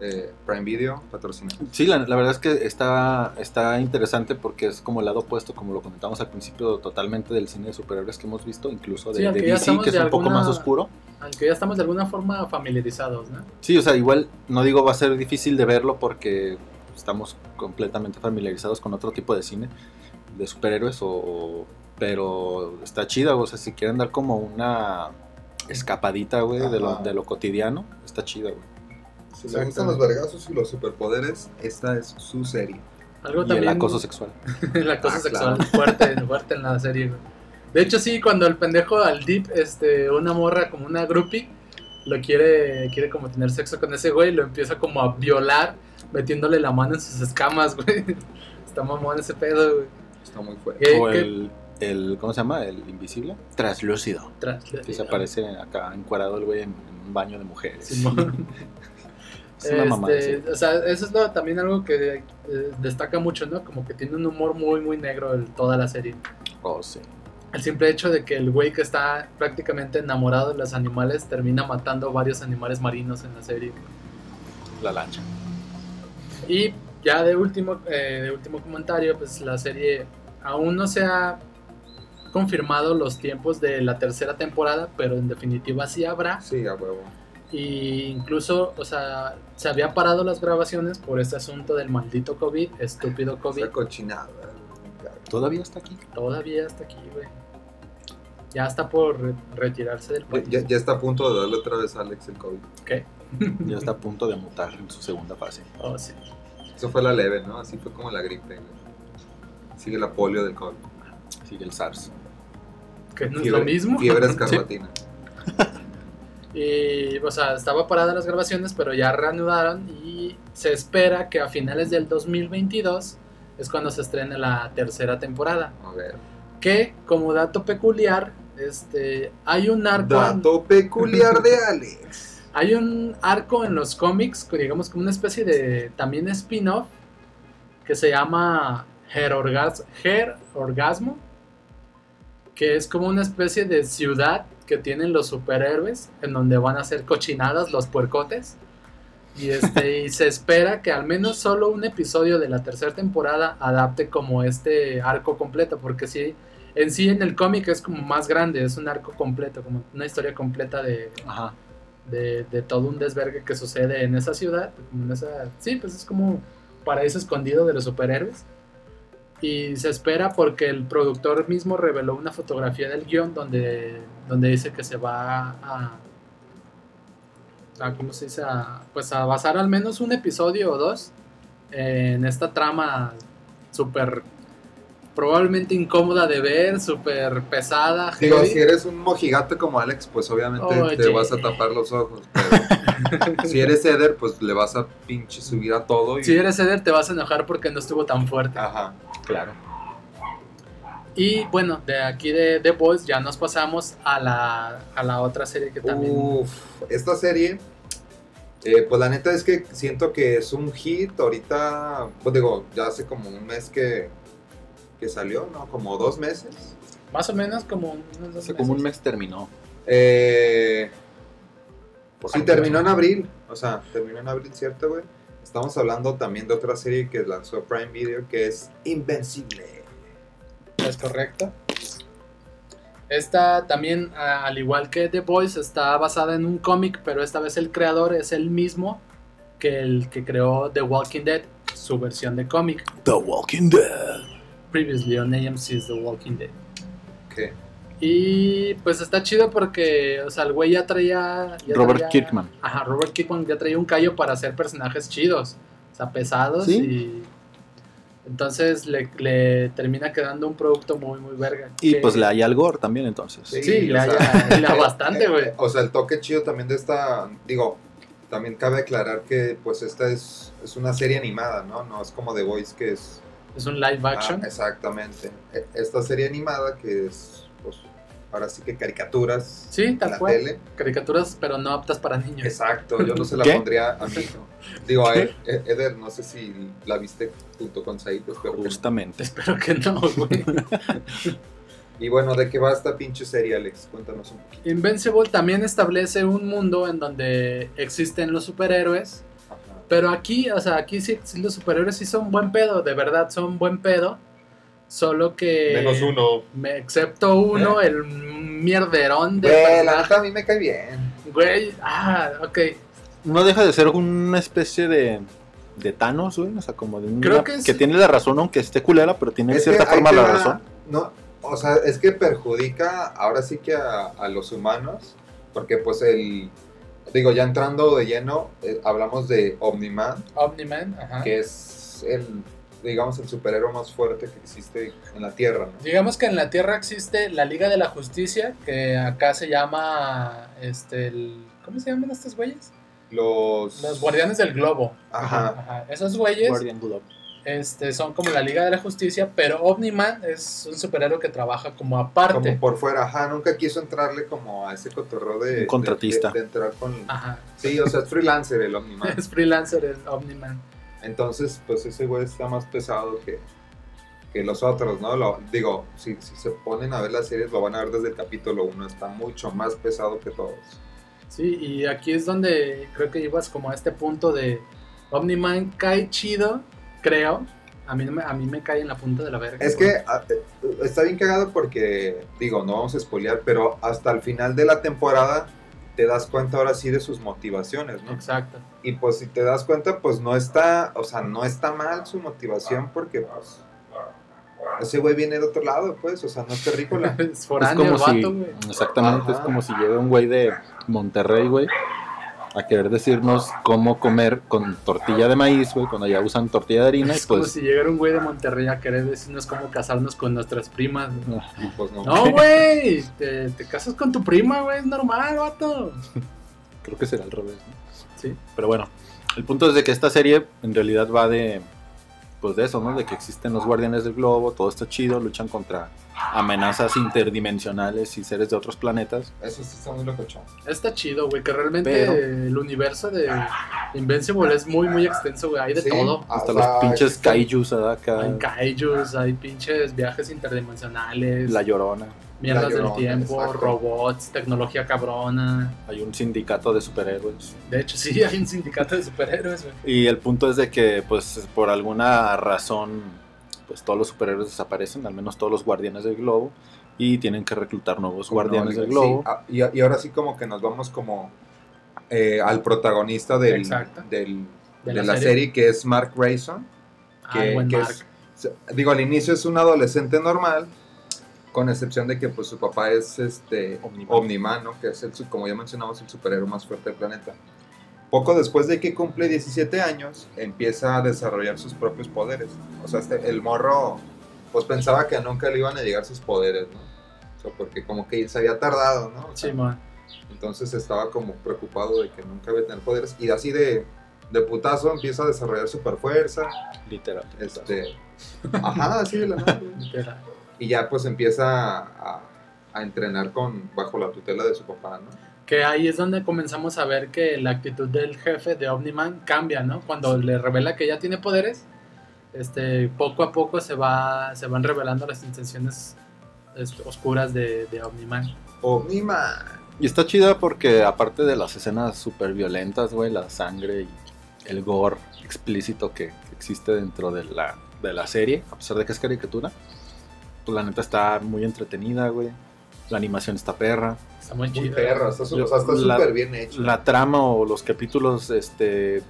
S3: eh, Prime Video, patrocina.
S2: Sí, la, la verdad es que está, está interesante porque es como el lado opuesto, como lo comentamos al principio, totalmente del cine de superhéroes que hemos visto, incluso de,
S4: Sí, aunque
S2: de
S4: ya
S2: DC,
S4: estamos
S2: que es
S4: de
S2: un poco
S4: alguna-
S2: más oscuro.
S4: Aunque ya estamos de alguna forma familiarizados, ¿no?
S2: Sí, o sea, igual no digo va a ser difícil de verlo porque estamos completamente familiarizados con otro tipo de cine, de superhéroes, o, o- pero está chida, o sea, si quieren dar como una escapadita, güey, de lo,
S3: Ajá.
S2: de lo cotidiano, está chida, güey.
S3: Si les gustan los vergazos y los superpoderes, esta es su serie.
S4: Algo
S2: Y el
S4: también...
S2: acoso sexual.
S4: el acoso
S3: Ah,
S4: sexual fuerte, fuerte en la serie, güey. De hecho, sí, cuando el pendejo al Deep, este, una morra como una groupie, lo quiere, quiere como tener sexo con ese güey, lo empieza como a violar, metiéndole la mano en sus escamas, güey. Está mamón ese pedo, güey.
S3: Está muy fuerte.
S4: ¿Qué-
S2: O
S4: qué
S2: el, el, ¿cómo se llama? El invisible. Traslúcido.
S4: tra-
S2: Sí, se aparece acá encuadrado el güey en, en un baño de mujeres.
S4: Simón.
S2: Es una mamada. sí.
S4: Este, O sea, eso es lo- también algo que eh, destaca mucho, ¿no? Como que tiene un humor muy, muy negro en toda la serie.
S2: Oh, sí.
S4: El simple hecho de que el güey que está prácticamente enamorado de los animales termina matando varios animales marinos en la serie.
S2: La lancha.
S4: Y ya de último, eh, de último comentario, pues la serie aún no se ha confirmado los tiempos de la tercera temporada, pero en definitiva sí habrá.
S3: Sí, a huevo.
S4: Y incluso, o sea, se había parado las grabaciones por este asunto del maldito COVID, estúpido COVID.
S3: Esa cochinada.
S2: Todavía está aquí.
S4: Todavía hasta aquí, güey. Ya está por re- retirarse del
S3: Ya,
S4: país.
S3: ya- ya está a punto de darle otra vez a Alex el COVID.
S2: Ya está a punto de mutar en su segunda fase.
S4: Oh, sí.
S3: Eso fue la leve, ¿no? Así fue como la gripe. güey. Sigue la polio del COVID.
S2: Sigue el SARS.
S4: Que no es
S3: Fiebre-
S4: lo mismo.
S3: Fiebre escarlatina.
S4: Y, o sea, estaba parada las grabaciones, pero ya reanudaron y se espera que a finales del 2022 es cuando se estrene la tercera temporada.
S3: A ver.
S4: Que, como dato peculiar, este, hay un arco...
S3: Dato peculiar de Alex.
S4: Hay un arco en los cómics, digamos como una especie de también spin-off, que se llama Her, Orgas- Her Orgasmo, que es como una especie de ciudad que tienen los superhéroes, en donde van a hacer cochinadas los puercotes. Y, este, y se espera que al menos solo un episodio de la tercera temporada adapte como este arco completo, porque sí, en sí en el cómic es como más grande, es un arco completo, como una historia completa de,
S2: Ajá.
S4: de, de todo un desvergue que sucede en esa ciudad. En esa, sí, pues es como paraíso escondido de los superhéroes. Y se espera porque el productor mismo reveló una fotografía del guión donde, donde dice que se va a, a ¿cómo se dice? A, pues a basar al menos un episodio o dos en esta trama súper probablemente incómoda de ver, súper pesada,
S3: Digo,
S4: heavy.
S3: si eres un mojigato como Alex, pues obviamente te
S4: Oye.
S3: vas a tapar los ojos. pero si eres Eder, pues le vas a pinche subir a todo. Y...
S4: Si eres Eder te vas a enojar porque no estuvo tan fuerte.
S3: Ajá.
S2: Claro.
S4: Y bueno, de aquí de The Boys ya nos pasamos a la, a la otra serie que también...
S2: Uh.
S3: Uf, esta serie, eh, pues la neta es que siento que es un hit. Ahorita, pues digo, ya hace como un mes que, que salió, ¿no? Como dos meses.
S4: Más o menos como... unos dos
S2: Hace como un
S4: meses.
S2: mes terminó.
S3: Eh,
S2: Por
S3: sí,
S2: favor.
S3: terminó en abril. O sea, terminó en abril, ¿cierto, güey? Estamos hablando también de otra serie que lanzó Prime Video que es Invencible.
S4: Es correcto. Esta también, a- al igual que The Boys, está basada en un cómic, pero esta vez el creador es el mismo que el que creó The Walking Dead, su versión de cómic.
S2: The Walking Dead.
S4: Previously on AMC's The Walking Dead.
S3: Que
S4: Y pues está chido porque, o sea, el güey ya traía. ya
S2: Robert
S4: traía-
S2: Kirkman.
S4: Ajá, Robert Kirkman ya traía un callo para hacer personajes chidos, o sea, pesados
S2: Sí.
S4: y. Entonces le, le termina quedando un producto muy, muy verga.
S2: Y
S4: Que-
S2: pues le hay al Gore también entonces.
S4: Sí,
S3: Sí,
S4: le
S3: o sea, eh,
S4: haya- le da bastante, güey.
S3: O sea, el toque chido también de esta, digo, también cabe aclarar que pues esta es, es una serie animada, ¿no? No es como The Voice que es...
S4: Es un live
S3: ah,
S4: action.
S3: exactamente. E- Esta serie animada que es, pues, ahora sí que caricaturas.
S4: Sí,
S3: en
S4: tal
S3: la
S4: cual.
S3: tele.
S4: Caricaturas, pero no aptas para niños.
S3: Exacto, yo no se la
S2: ¿Qué?
S3: pondría a mí. ¿no? Digo, a Ed- Ed- Eder, no sé si la viste junto con Said, espero que no.
S2: Justamente.
S4: Espero que no, güey.
S3: Y bueno, ¿de qué va esta pinche serie, Alex? Cuéntanos un poquito.
S4: Invincible también establece un mundo en donde existen los superhéroes.
S3: Ajá.
S4: Pero aquí, o sea, aquí sí, sí los superhéroes sí son buen pedo, de verdad son buen pedo. Solo que.
S3: uno.
S4: me- excepto uno, el mierderón de.
S3: Güey, la
S4: personaje.
S3: neta a mí me cae bien.
S4: Güey, ah, ok.
S2: No deja de ser una especie de, de Thanos, güey. O sea, como de una-
S4: Creo que es-
S2: tiene la razón, aunque esté culera, pero tiene de
S3: Es
S2: cierta
S3: que ahí
S2: forma
S3: te
S2: la
S3: va,
S2: razón.
S3: No, o sea, es que perjudica ahora sí que a, a los humanos, porque pues el, digo, ya entrando de lleno, eh, hablamos de Omniman,
S4: Omniman, ajá.
S3: que es el, digamos, el superhéroe más fuerte que existe en la Tierra, ¿no?
S4: Digamos que en la Tierra existe la Liga de la Justicia, que acá se llama. Este, el- ¿Cómo se llaman estos güeyes?
S3: Los...
S4: Los Guardianes del Globo.
S3: Ajá.
S4: Esos güeyes
S2: Guardian Globe.
S4: este, son como la Liga de la Justicia, pero Omniman es un superhéroe que trabaja como aparte.
S3: Como por fuera, ajá, nunca quiso entrarle como a ese cotorreo de...
S2: Un contratista.
S3: De, de- de entrar con...
S4: Ajá.
S3: Sí, o sea, es freelancer el Omniman.
S4: Es freelancer el Omniman.
S3: Entonces, pues ese güey está más pesado que, que los otros, ¿no? Lo- digo, si, si se ponen a ver las series, lo van a ver desde el capítulo 1. Está mucho más pesado que todos.
S4: Sí, y aquí es donde creo que ibas como a este punto de Omniman cae chido, creo. A mí, no me- a mí me cae en la punta de la verga.
S3: Es que a- eh, está bien cagado porque, digo, no vamos a spoilear, pero hasta el final de la temporada te das cuenta ahora sí de sus motivaciones, ¿no?
S4: Exacto.
S3: Y pues si te das cuenta, pues no está, o sea, no está mal su motivación porque, pues, ese güey viene de otro lado, pues, o sea, no es terrícola.
S4: Es
S2: Es
S4: foráneo
S2: como
S4: el
S2: si,
S4: vato, güey.
S2: exactamente, es
S3: Ajá.
S2: como si llega un güey de Monterrey, güey, a querer decirnos cómo comer con tortilla de maíz, güey, cuando ya usan tortilla de harina, y
S4: Es como
S2: pues
S4: si llegara un güey de Monterrey a querer decirnos cómo casarnos con nuestras primas. güey.
S3: Y pues no.
S4: No, güey, te, te casas con tu prima, güey, es normal, vato.
S2: creo que será al revés. ¿no?
S4: Sí.
S2: Pero bueno, el punto es de que esta serie en realidad va de, pues de eso, ¿no? De que existen los guardianes del globo, todo está chido, luchan contra amenazas interdimensionales y seres de otros planetas.
S3: Eso sí está muy locochón.
S4: Está chido, güey, que realmente
S2: Pero-
S4: el universo de Invincible es muy, muy extenso, güey, hay de
S3: Sí, ah,
S4: todo.
S2: Hasta
S3: o
S2: los
S3: sea,
S2: pinches
S3: existen-
S2: kaijus, ¿verdad?
S4: Hay
S2: acá,
S4: kaijus, hay pinches viajes interdimensionales,
S2: la llorona.
S4: mierdas
S3: la
S4: del
S3: llorona,
S4: tiempo,
S3: exacto.
S4: robots, tecnología cabrona.
S2: Hay un sindicato de superhéroes.
S4: De hecho, sí, hay un sindicato de superhéroes, güey.
S2: Y el punto es de que, pues, por alguna razón, pues todos los superhéroes desaparecen, al menos todos los guardianes del globo, y tienen que reclutar nuevos guardianes del
S3: Sí,
S2: globo.
S3: ah, y, y ahora sí como que nos vamos como eh, al protagonista del,
S4: Exacto.
S3: del-
S4: De
S3: de,
S4: la
S3: la,
S4: serie.
S3: serie. que es Mark Grayson.
S4: Ah,
S3: Que,
S4: buen
S3: que
S4: Mark.
S3: es- se- digo, al inicio es un adolescente normal, con excepción de que pues su papá es este
S2: Omniman.
S3: Omniman, ¿no? que es el, su- como ya mencionamos el superhéroe más fuerte del planeta. Poco después de que cumple 17 años, empieza a desarrollar sus propios poderes. O sea, este- el morro pues pensaba que nunca le iban a llegar sus poderes, ¿no? O sea, porque como que se había tardado, ¿no? O sea,
S4: Sí, man.
S3: entonces estaba como preocupado de que nunca iba a tener poderes. Y así de, de putazo empieza a desarrollar super fuerza.
S2: Literal.
S3: Este, ajá, así de la nada, güey.
S4: literal.
S3: Y ya pues empieza a, a entrenar con bajo la tutela de su papá, ¿no?
S4: Que ahí es donde comenzamos a ver que la actitud del jefe de Omniman cambia, ¿no? Cuando le revela que ya tiene poderes, este, poco a poco se, va, se van revelando las intenciones este, oscuras de, de Omniman.
S3: Omniman.
S2: Y está chida porque, aparte de las escenas súper violentas, güey, la sangre y el gore explícito que, que existe dentro de la, de la serie, a pesar de que es caricatura, pues la neta está muy entretenida, güey. La animación está perra.
S4: Está muy
S3: Muy
S4: chido.
S3: perro, está su-
S2: Yo-
S3: o sea, está
S2: la-
S3: súper bien hecho.
S2: la trama o los capítulos, este,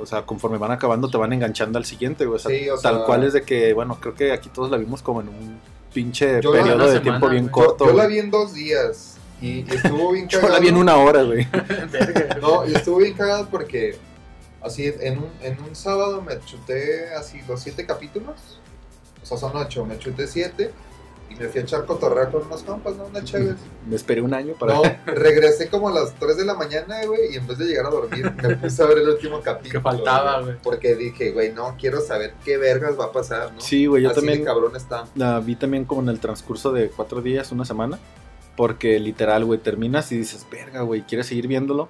S2: o sea, conforme van acabando te van enganchando al siguiente, güey. O sea,
S3: Sí, o
S2: tal
S3: sea,
S2: cual es de que, bueno, creo que aquí todos la vimos como en un pinche
S3: Yo la-
S2: periodo
S4: una
S2: de
S4: semana,
S2: tiempo bien
S4: güey.
S3: Yo-
S2: corto.
S3: yo, la
S2: güey.
S3: vi en dos días y, y estuvo bien
S2: Yo
S3: cagado.
S2: la vi en una hora, güey.
S4: Verga.
S3: No, y estuvo bien cagado porque así en un, en un sábado me chuté así los siete capítulos. O sea, son ocho, me chuté siete y me fui a echar cotorreo con unos compas, ¿no? Una chévere.
S2: Me esperé un año para...
S3: No, regresé como a las 3 de la mañana, güey, y en vez de llegar a dormir, me puse a ver el último capítulo.
S4: Que faltaba, güey.
S3: Porque dije, güey, no, quiero saber qué vergas va a pasar, ¿no?
S2: Sí, güey, yo
S3: Así
S2: también
S3: de cabrón está.
S2: la vi también como en el transcurso de cuatro días, una semana. Porque literal, güey, terminas y dices, verga, güey, quieres seguir viéndolo.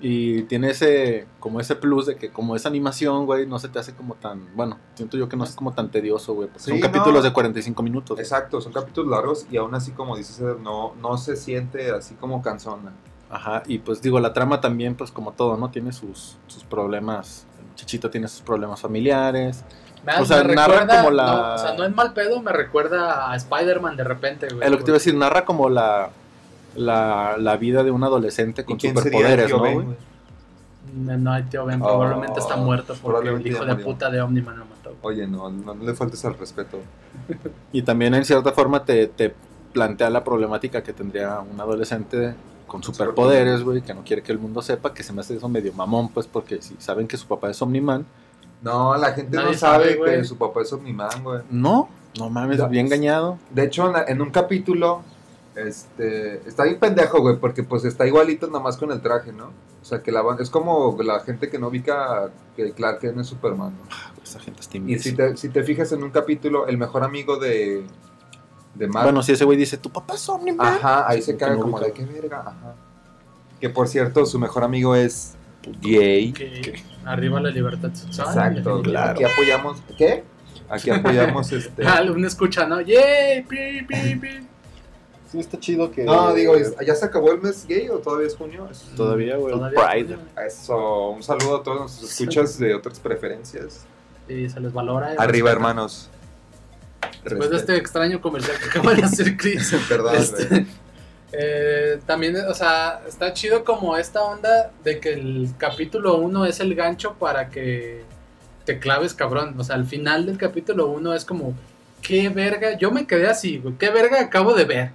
S2: Y tiene ese, como ese plus de que como es animación, güey, no se te hace como tan, bueno, siento yo que no es como tan tedioso, güey. porque
S3: Sí,
S2: son
S3: no.
S2: capítulos de 45 minutos.
S3: Exacto, son capítulos largos y aún así, como dices, Eder, no, no se siente así como cansona.
S2: Ajá, y pues digo, la trama también, pues como todo, ¿no? Tiene sus, sus problemas. El muchachito tiene sus problemas familiares.
S4: Me,
S2: O sea,
S4: me
S2: narra
S4: recuerda-
S2: como la-
S4: no, o sea, no es mal pedo, me recuerda a Spider-Man de repente, güey.
S2: Es lo que te iba a decir,
S3: pues
S2: narra como la, la, la vida de un adolescente con superpoderes, ¿no, güey?
S4: No, no, el tío Ben
S3: Oh,
S4: probablemente está muerto porque el
S3: probablemente
S4: hijo
S3: ya
S4: de
S3: murió.
S4: puta de Omniman lo mató. güey.
S3: Oye, no, no, no le faltes al respeto.
S2: Y también en cierta forma te, te plantea la problemática que tendría un adolescente con superpoderes, güey, que no quiere que el mundo sepa, que se me hace eso medio mamón, pues porque si saben que su papá es Omniman,
S3: No, la gente
S4: Nadie
S3: no sabe,
S4: sabe, güey.
S3: que su papá es Omniman, güey.
S2: no, no mames,
S3: Ya.
S2: bien engañado.
S3: De hecho, en la- en un capítulo, este, está bien pendejo, güey, porque pues está igualito nomás con el traje, ¿no? O sea, que la van- es como la gente que no ubica que Clark Kent es Superman, ¿no?
S2: Ah, pues, Esa gente está
S3: Y si
S2: imbécil.
S3: te, si te fijas en un capítulo, el mejor amigo de, de Mark,
S2: Bueno, si ese güey dice, tu papá es Omniman.
S3: ajá, ahí
S2: Sí,
S3: se
S2: que
S3: caga
S2: no
S3: como
S2: ubica.
S3: de qué verga, ajá. Que por cierto, su mejor amigo es gay.
S4: Que arriba la libertad sexual.
S3: Exacto,
S4: definitivamente.
S3: aquí apoyamos, ¿qué? Aquí apoyamos este.
S4: Alumno escuchando, ¡yay! pi, pi, pi".
S2: Sí, está chido que.
S3: No, digo, ¿es- ¿ya se acabó el mes gay o todavía es junio? Es-
S2: Todavía, güey. el
S4: Todavía-
S2: Pride.
S3: Eso, un saludo a todos nuestros escuchas de otras preferencias.
S4: Y se les valora. el respeto.
S3: Arriba, hermanos.
S4: Después de
S3: Respeto.
S4: este extraño comercial que acaba de hacer Chris.
S3: Perdón,
S4: Este,
S3: güey.
S4: eh, también, o sea, está chido como esta onda de que el capítulo 1 es el gancho para que te claves, cabrón. O sea, al final del capítulo 1 es como, qué verga, yo me quedé así, güey, qué verga acabo de ver.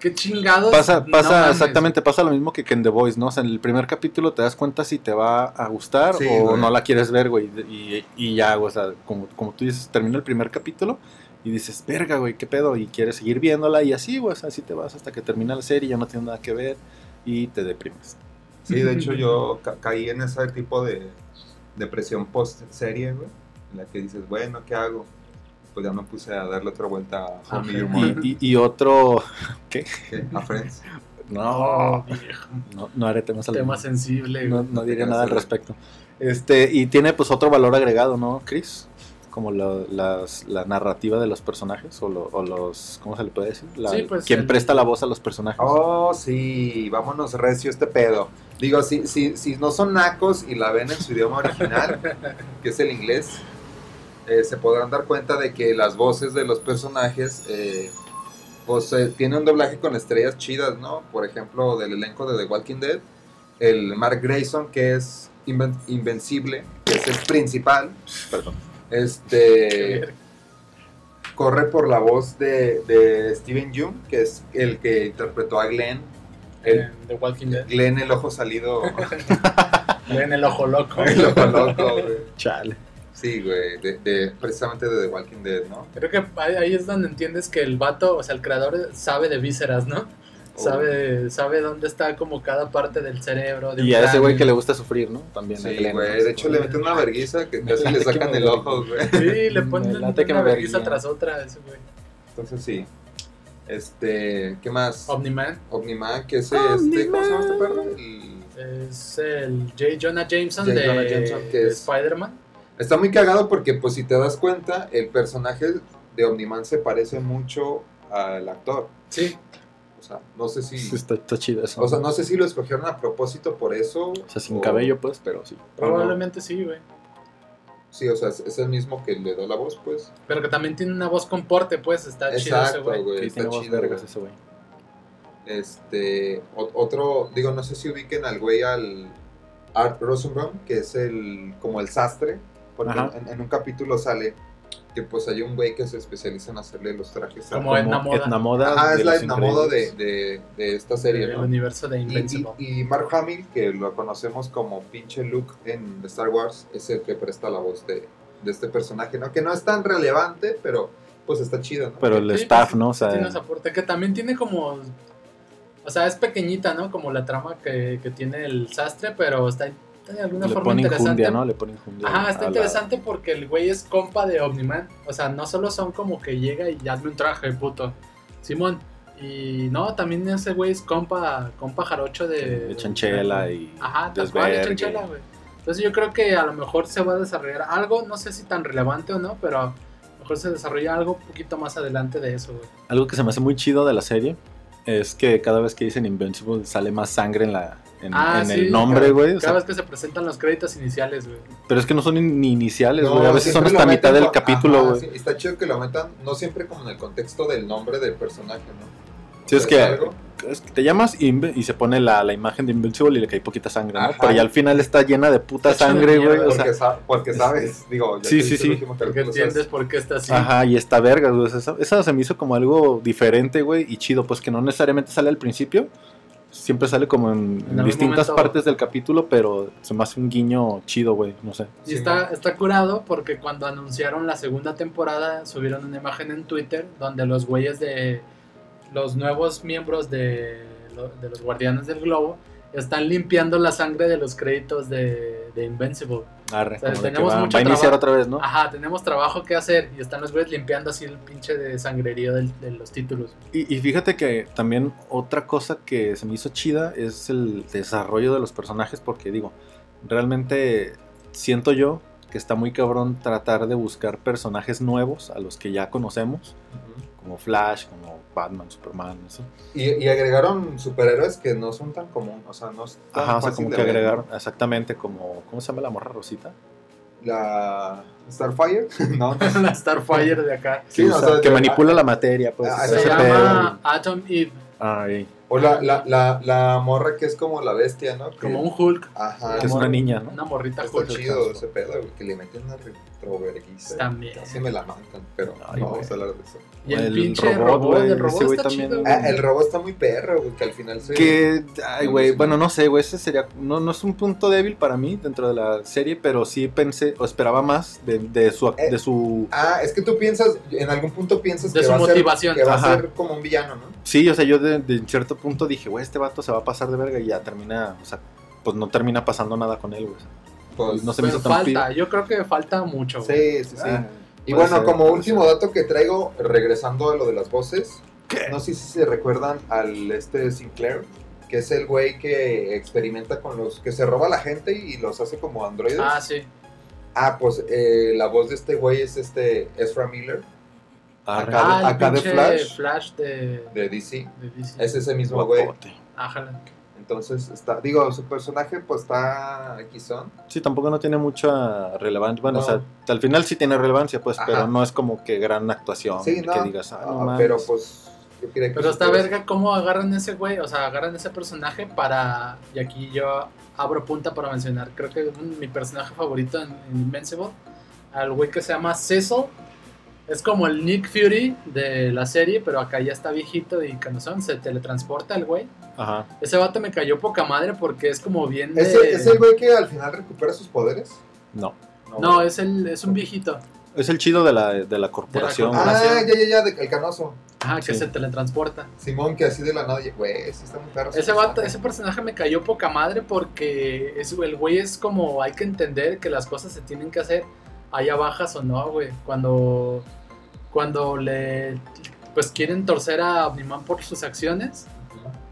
S4: Qué chingados.
S2: Pasa,
S4: no
S2: pasa
S4: mames".
S2: exactamente, pasa lo mismo que, que en The Voice, ¿no? O sea, en el primer capítulo te das cuenta si te va a gustar
S3: Sí,
S2: o
S3: güey.
S2: no la quieres ver, güey. Y, y ya, o sea, como, como tú dices, termina el primer capítulo y dices, verga, güey, qué pedo, y quieres seguir viéndola y así, güey, o sea, así te vas hasta que termina la serie, ya no tiene nada que ver y te deprimes.
S3: Sí, de hecho yo ca- caí en ese tipo de depresión post-serie, güey. En la que dices, bueno, ¿qué hago? Pues ya me puse a darle otra vuelta a How I Met Your Mother,
S2: Y, y- y otro,
S3: ¿qué? a Friends.
S2: no, no, no haré temas al-
S4: Oh, Tema sensible,
S2: no,
S4: güey.
S2: no diré nada al respecto. Este, y tiene pues otro valor agregado, ¿no, Chris? Como la, las- la narrativa de los personajes o, lo- o los, ¿cómo se le puede decir? La,
S4: Sí, pues,
S2: quien
S4: el-
S2: presta la voz a los personajes.
S3: Oh, sí, vámonos recio este pedo. Digo, si, si, si no son nacos y la ven en su idioma original, que es el inglés, eh, se podrán dar cuenta de que las voces de los personajes, eh, pues eh, tiene un doblaje con estrellas chidas, ¿no? Por ejemplo, del elenco de The Walking Dead, el Mark Grayson, que es inven- invencible, que es el principal,
S2: Perdón.
S3: este
S4: verga.
S3: corre por la voz de, de Steven Yeun, que es el que interpretó a Glenn, el
S4: En The Walking Dead.
S3: Glenn el ojo salido,
S4: En el ojo loco.
S3: el ojo loco, güey.
S2: Chale.
S3: Sí, güey, de, de- precisamente de The Walking Dead, ¿no?
S4: Creo que ahí, ahí es donde entiendes que el vato, o sea, el creador sabe de vísceras, ¿no?
S2: Oh.
S4: Sabe, sabe dónde está como cada parte del cerebro. de un
S2: Y a ese güey
S4: cráneo.
S2: que le gusta sufrir, ¿no? También. a
S3: Sí,
S2: Glenn,
S3: güey,
S2: ¿no?
S3: de hecho le meten una verguiza que casi le sacan el ojo, güey.
S4: Sí, le
S2: Me
S4: ponen una
S2: late que me
S4: vergüenza
S2: verguía.
S4: tras otra a ese güey.
S3: Entonces sí, este, ¿qué más?
S4: Omniman
S3: Omniman, que es este, ¿cómo se llama este perro? El-
S4: es el J. Jonah Jameson
S3: J.
S4: de,
S3: Jonah Jameson, que
S4: de
S3: es-
S4: Spider-Man.
S3: Está muy cagado porque, pues, si te das cuenta, el personaje de Omniman se parece mucho al actor.
S4: Sí,
S3: O sea, no sé si.
S2: Sí, Está, está chido eso.
S3: O sea, no sé si lo escogieron a propósito por eso.
S2: O sea, sin
S3: o-
S2: cabello, pues, pero sí.
S4: probablemente sí, güey.
S3: Sí, o sea, es- es el mismo que le dio la voz, pues.
S4: Pero que también tiene una voz con porte, pues está chido ese
S3: Exacto,
S4: güey.
S3: güey.
S2: Sí,
S3: está
S2: tiene voz
S3: chido.
S2: vergas
S3: güey.
S2: ese güey.
S3: Este. o- Otro. Digo, no sé si ubiquen al güey al. Art Rosenbaum, que es el. como el sastre. Porque
S2: Ajá.
S3: en, en un capítulo sale que pues hay un güey que se especializa en hacerle los trajes a-
S4: Como Edna Moda.
S2: Edna Moda
S3: Ah,
S2: de
S3: es la
S2: Los
S3: Edna Moda de,
S2: Increíbles.
S3: de- de esta serie,
S4: el
S3: ¿no? Y-
S4: universo de
S3: Y,
S4: Invincible.
S3: y Mark Hamill, que lo conocemos como pinche Luke en Star Wars, es el que presta la voz de, de este personaje, ¿no? Que no es tan relevante, pero pues está chido, ¿no?
S2: Pero el
S4: Sí,
S2: staff,
S4: pues,
S2: ¿no? O sea,
S4: Tiene ese aporte que también tiene como. O sea, es pequeñita, ¿no? Como la trama que, que tiene el sastre, pero está está de alguna
S2: le
S4: forma
S2: pone
S4: interesante.
S2: injundia, ¿no? Le pone injundia.
S4: Ajá,
S2: a
S4: está
S2: la-
S4: interesante porque el güey es compa de Omniman. O sea, no solo son como que llega y hazme un traje, puto. Simón. Y no, también ese güey es compa, compa jarocho de.
S2: de chanchela y
S4: Ajá, tal cual, de
S2: desvergue.
S4: chanchela, güey. Entonces yo creo que a lo mejor se va a desarrollar algo, no sé si tan relevante o no, pero a lo mejor se desarrolla algo un poquito más adelante de eso, güey.
S2: Algo que se me hace muy chido de la serie es que cada vez que dicen Invincible sale más sangre en la en,
S4: Ah,
S2: en
S4: sí,
S2: el nombre,
S4: cada-
S2: güey. o
S4: Cada
S2: sea,
S4: vez que se presentan los créditos iniciales, güey.
S2: pero es que no son in- ni iniciales,
S3: No,
S2: güey. a veces son
S3: siempre
S2: hasta
S3: lo
S2: mitad
S3: meten
S2: del
S3: con-
S2: capítulo,
S3: ajá,
S2: güey.
S3: sí, está chido que lo metan, no siempre como en el contexto del nombre del personaje, ¿no?
S2: Sí,
S3: O
S2: es
S3: sea,
S2: que-
S3: algo-
S2: Es que te llamas Inve- y se pone la, la imagen de Invincible y le cae poquita sangre, ¿no?
S3: Ajá.
S2: Pero ya al final está llena de puta
S4: Está hecho de
S2: sangre,
S4: mierda,
S2: güey. O sea,
S3: Porque, sa- porque sabes, digo, ya
S2: Sí,
S3: te
S2: sí,
S3: dije el
S2: sí.
S3: último
S4: Porque
S3: capítulo,
S4: entiendes
S3: ¿sabes?
S4: por qué está así.
S2: Ajá, y está verga, güey. o sea, eso, eso se me hizo como algo diferente, güey, y chido, pues que no necesariamente sale al principio. Siempre sale como en, en
S4: algún
S2: distintas
S4: momento-
S2: partes del capítulo, pero se me hace un guiño chido, güey. No sé.
S4: Y
S3: Sí,
S4: está,
S3: ¿no?
S4: está curado porque cuando anunciaron la segunda temporada subieron una imagen en Twitter donde los güeyes de los nuevos miembros de, lo- de los Guardianes del Globo están limpiando la sangre de los créditos de, de Invincible.
S2: Arre,
S4: O sea,
S2: como de que
S4: tenemos
S2: va,
S4: mucho
S2: va a iniciar
S4: trabajo. Ah.
S2: otra vez, ¿no?
S4: Ajá, tenemos trabajo que hacer y están los güeyes limpiando así el pinche de sangrerío del- de los títulos.
S2: Y, y fíjate que también otra cosa que se me hizo chida es el desarrollo de los personajes, porque digo, realmente siento yo que está muy cabrón tratar de buscar personajes nuevos a los que ya conocemos, como Flash, como Batman, Superman, eso.
S3: Y, y agregaron superhéroes que no son tan común, o sea, no es tan
S2: Ajá, o sea,
S3: fácil
S2: como
S3: de
S2: que
S3: ver.
S2: agregaron, exactamente, como, ¿cómo se llama la morra rosita?
S3: La Starfire, no,
S4: la Starfire de acá.
S3: Sí,
S2: que,
S3: o
S2: usa-
S3: sea,
S2: que
S3: que-
S2: manipula la materia, pues.
S3: Ah,
S2: ese
S4: Se
S3: ese
S4: llama Atom Eve,
S2: pedo. Ay,
S3: o la, la, la, la morra que es como la bestia, ¿no? Que-
S4: como un Hulk,
S3: Ajá,
S2: que es una niña, ¿no?
S4: una morrita
S3: Está
S4: Hulk.
S3: chido ese pedo, güey, que le meten una retroverguisa.
S4: También.
S3: Casi me la matan, pero
S2: Ay,
S3: no
S2: güey.
S3: vamos a hablar de eso.
S4: Y el,
S2: El
S4: pinche
S2: robot,
S4: robot,
S2: güey,
S4: el robot
S2: ese güey
S4: está
S2: también.
S4: chido.
S3: Ah, el robo está muy perro, güey, que al final se...
S2: Que, ay,
S3: No,
S2: güey,
S3: sí.
S2: bueno, no sé, güey, ese sería, no, no es un punto débil para mí dentro de la serie, pero sí pensé, o esperaba más de, de su, ac-
S3: Eh,
S2: de su,
S3: Ah, es que tú piensas, en algún punto piensas
S4: De
S3: que
S4: su
S3: va, a ser,
S4: motivación.
S3: que va
S2: Ajá.
S3: a ser como un villano, ¿no?
S2: sí, o sea, yo de, de cierto punto dije, güey, este vato se va a pasar de verga y ya termina, o sea, pues no termina pasando nada con él, güey.
S3: Pues,
S2: No sé. se me
S4: Pero
S2: hizo tan
S4: falta, yo creo que falta mucho. güey.
S3: Sí, sí, sí.
S2: Ah,
S3: y
S2: puede
S3: bueno,
S2: ser,
S3: como
S2: puede
S3: último
S2: ser.
S3: dato que traigo, regresando a lo de las voces, no sé si se recuerdan al este Sinclair, que es el güey que experimenta con los... que se roba a la gente y los hace como androides.
S4: Ah, sí.
S3: Ah, pues eh, la voz de este güey es este Ezra Miller
S2: Arre.
S3: Acá
S4: Ah,
S3: de-
S4: el
S3: acá de
S4: pinche
S3: Flash.
S4: de,
S3: de DC.
S4: de DC.
S3: Es ese mismo güey.
S2: Guapote.
S4: Ájala.
S3: Entonces está, digo, su personaje pues está aquí son.
S2: Sí, tampoco no tiene mucha relevancia, bueno,
S3: No.
S2: o sea, al final sí tiene relevancia, pues,
S3: Ajá.
S2: pero no es como que gran actuación,
S3: Sí, no.
S2: que digas, ah, no
S3: Ah,
S2: mames".
S3: pero pues yo quería que
S4: Pero está
S3: supieras.
S4: verga cómo agarran ese güey, o sea, agarran ese personaje para... Y aquí yo abro punta para mencionar, creo que un- mi personaje favorito en, en Invincible, al güey que se llama Cecil, es como el Nick Fury de la serie, pero acá ya está viejito y cansón, se teletransporta el güey.
S2: Ajá.
S4: Ese vato me cayó poca madre porque es como bien de...
S3: ¿Ese, ¿Es el güey que al final recupera sus poderes?
S2: No.
S4: No, es, el, es un viejito.
S2: Es el chido de la, de la corporación.
S4: corporación.
S2: güey.
S3: Ah,
S4: nación.
S3: ya, ya, ya, de- el canoso.
S4: Ajá, que
S2: Sí.
S4: se teletransporta.
S3: Simón que así de la nadie. Güey, sí está muy perro.
S4: Ese,
S3: personaje.
S4: vato- ese personaje me cayó poca madre porque es, el güey es como hay que entender que las cosas se tienen que hacer allá bajas o no, güey. Cuando, cuando le pues quieren torcer a Omniman por sus acciones,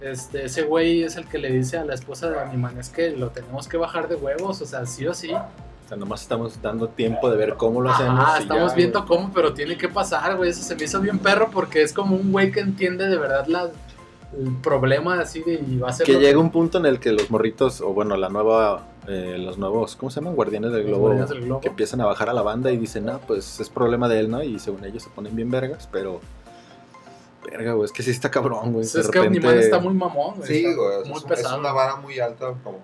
S4: este, ese güey es el que le dice a la esposa de Omniman es que lo tenemos que bajar de huevos, o sea, sí o sí.
S2: O sea, nomás estamos dando tiempo de ver cómo lo hacemos.
S4: Ah,
S2: y
S4: estamos
S2: ya,
S4: viendo
S2: güey.
S4: cómo, pero tiene que pasar, güey. Eso se me hizo bien perro porque es como un güey que entiende de verdad la, el problema así de, y va a ser
S2: Que llega un punto en el que los morritos, o bueno, la nueva, eh, los nuevos, ¿cómo se llaman? Guardianes del
S4: Los
S2: Globo.
S4: Guardianes del Globo.
S2: Que empiezan a bajar a la banda y dicen, ah, pues es problema de él, ¿no? Y según ellos se ponen bien vergas, pero. Verga, güey, es que sí está cabrón, güey.
S4: Pues
S2: de
S4: es que Omniman
S2: repente-
S4: está muy mamón, güey.
S3: Sí,
S4: está
S3: güey. o sea,
S4: Muy
S3: es, un- es
S4: pesado.
S3: una vara muy alta. Como,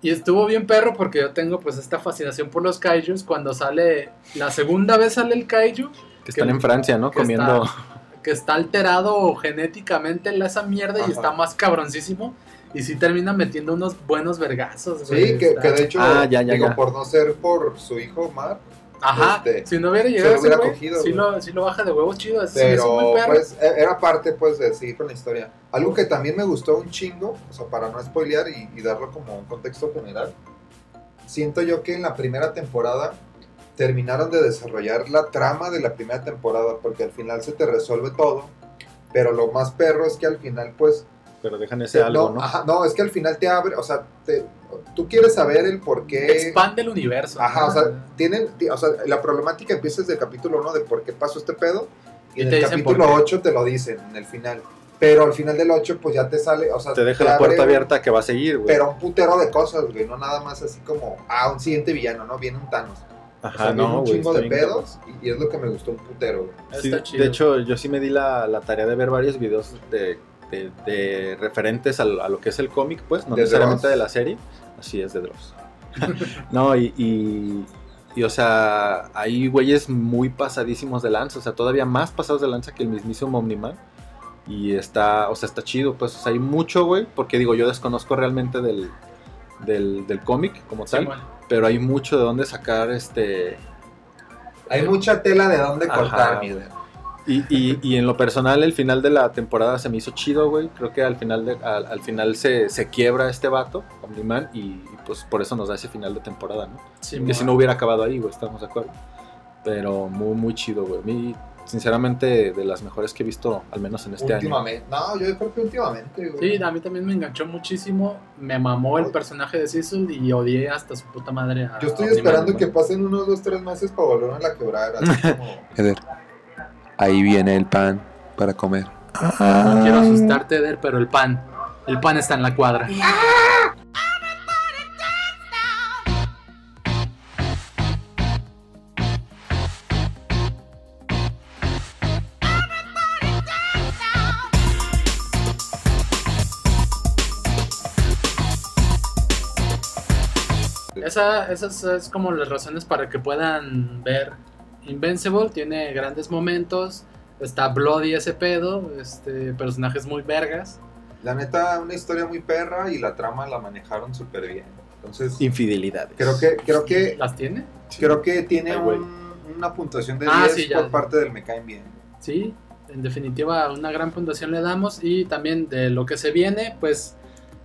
S4: Y estuvo bien perro porque yo tengo pues esta fascinación por los kaijus. Cuando sale, la segunda vez sale el kaiju,
S2: Que están en Francia, ¿no?
S4: que está-
S2: Comiendo.
S4: que está alterado genéticamente en esa mierda
S3: Ajá.
S4: y está más cabroncísimo. Y sí termina metiendo unos buenos vergazos, güey.
S3: sí, que,
S4: está-
S3: que de hecho,
S2: Ah, ya, ya,
S3: digo,
S2: ya.
S3: por no ser por su hijo, Mark,
S4: Ajá,
S3: este,
S4: si no hubiera
S3: se
S4: llegado
S3: lo
S4: ese
S3: hubiera
S4: güey,
S3: cogido,
S4: sí,
S3: güey.
S4: lo, sí lo baja de huevo chido. así me hizo
S3: Pero
S4: muy perro.
S3: pues e- era parte pues de seguir con la historia. Algo que también me gustó un chingo, o sea, para no spoilear y, y darlo como un contexto general, siento yo que en la primera temporada terminaron de desarrollar la trama de la primera temporada, porque al final se te resuelve todo, pero lo más perro es que al final pues...
S2: Pero dejan ese algo, ¿no?
S3: ajá, no, es que al final te abre, o sea, te- tú quieres saber el por qué...
S4: Expande el universo.
S3: eh, Ajá,
S4: ¿no?
S3: o sea, tienen, ti- o sea, la problemática empieza desde el capítulo 1 de por qué pasó este pedo. Y,
S4: Y
S3: en
S4: te
S3: el
S4: dicen por
S3: capítulo
S4: qué.
S3: 8 te lo dicen, en el final. Pero al final del 8, pues ya te sale, o sea,
S2: Te deja
S3: te
S2: la
S3: abre
S2: puerta
S3: un-
S2: abierta que va a seguir, güey.
S3: Pero un putero de cosas, güey, no nada más así como, ah, un siguiente villano, ¿no? Viene un Thanos. O sea,
S2: Ajá,
S3: viene
S2: no,
S3: un
S2: güey.
S3: chingo
S2: está
S3: de
S2: bien cabrón.
S3: pedos y, y es lo que me gustó un putero, güey.
S4: Está
S2: Sí,
S4: chido.
S2: de hecho, yo sí me di la, la tarea de ver varios videos de, de- de referentes al- a, lo que es el cómic, pues, no
S3: ¿De
S2: necesariamente
S3: Dross?
S2: de la serie. Así es, de Dross. no, y, y, y, o sea, hay güeyes muy pasadísimos de lanza, o sea, todavía más pasados de lanza que el mismísimo Omniman. Y está, o sea, está chido, pues, o sea, hay mucho, güey, porque digo, yo desconozco realmente del, del, del cómic como
S4: Sí,
S2: tal,
S4: bueno.
S2: pero hay mucho de dónde sacar este.
S3: Hay mucha tela de dónde
S2: Ajá,
S3: cortar,
S2: güey.
S3: mi güey.
S2: Y, y- y en lo personal, el final de la temporada se me hizo chido, güey. Creo que al final, de- al, al final se, se quiebra este vato, Omniman, y, y pues por eso nos da ese final de temporada, ¿no?
S4: Sí,
S2: que
S4: bueno.
S2: si no hubiera acabado ahí, güey, estamos de acuerdo. Pero muy, muy chido, güey. A mí sinceramente de las mejores que he visto, al menos en este año.
S3: últimamente. No, yo creo que últimamente, güey.
S4: Sí, a mí también me enganchó muchísimo. Me mamó el personaje de Cecil y odié hasta su puta madre. A
S3: Yo estoy
S4: Omniman,
S3: esperando
S4: güey.
S3: que pasen unos dos, tres meses para volver a la quebrar. Así como...
S2: Ahí viene el pan para comer.
S4: No quiero asustarte, Eder, pero el pan. El pan está en la cuadra. Esa, esas es como las razones para que puedan ver Invincible. Tiene grandes momentos. Está bloody ese pedo. Este, personajes muy vergas.
S3: La neta, una historia muy perra y la trama la manejaron súper bien. Entonces,
S2: Infidelidades.
S3: creo que, creo que,
S4: ¿Las tiene?
S3: creo que tiene
S2: Ay, güey.
S3: un- una puntuación de
S4: Ah,
S3: 10
S4: sí, ya.
S3: por parte del Me Caen Bien.
S4: Sí, en definitiva una gran fundación le damos y también de lo que se viene, pues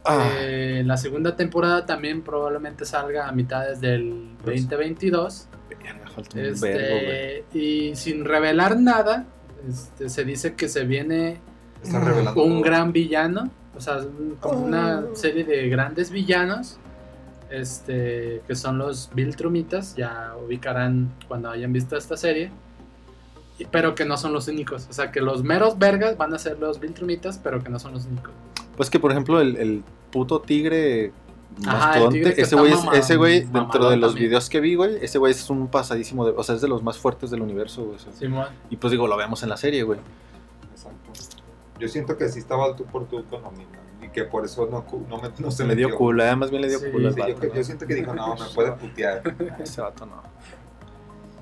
S2: Ah,
S4: eh, la segunda temporada también probablemente salga a mitades del 2022.
S2: verga, falta un vergo, güey.
S4: Este, y sin revelar nada, este, se dice que se viene
S3: Está revelando.
S4: Mm, un
S3: todo.
S4: gran villano, o sea, un- como una serie de grandes villanos. Este, que son los Viltrumitas, ya ubicarán cuando hayan visto esta serie. y- Pero que no son los únicos. O sea, que los meros vergas van a ser los Viltrumitas, pero que no son los únicos.
S2: Pues que por ejemplo el, el puto tigre
S4: Ajá, el
S2: mastodonte,
S4: tigre
S2: ese
S4: que está
S2: güey, es-
S4: mama-
S2: ese güey dentro de
S4: mamalón
S2: los
S4: también.
S2: videos que vi, güey, ese güey es un pasadísimo, de- o sea, es de los más fuertes del universo, güey. o sea.
S4: Simón.
S2: Y pues digo, lo vemos en la serie, güey.
S3: Exacto. Yo siento que sí estaba al tú por tú con Omniman y que por eso no, cu- no, me, no se
S2: le dio
S3: metió.
S2: culo, eh, más bien le dio
S4: Sí,
S2: culo al
S3: Sí, yo,
S2: vato,
S3: que-
S2: ¿no?
S3: yo siento que dijo, no, me puede putear.
S2: Ese vato no.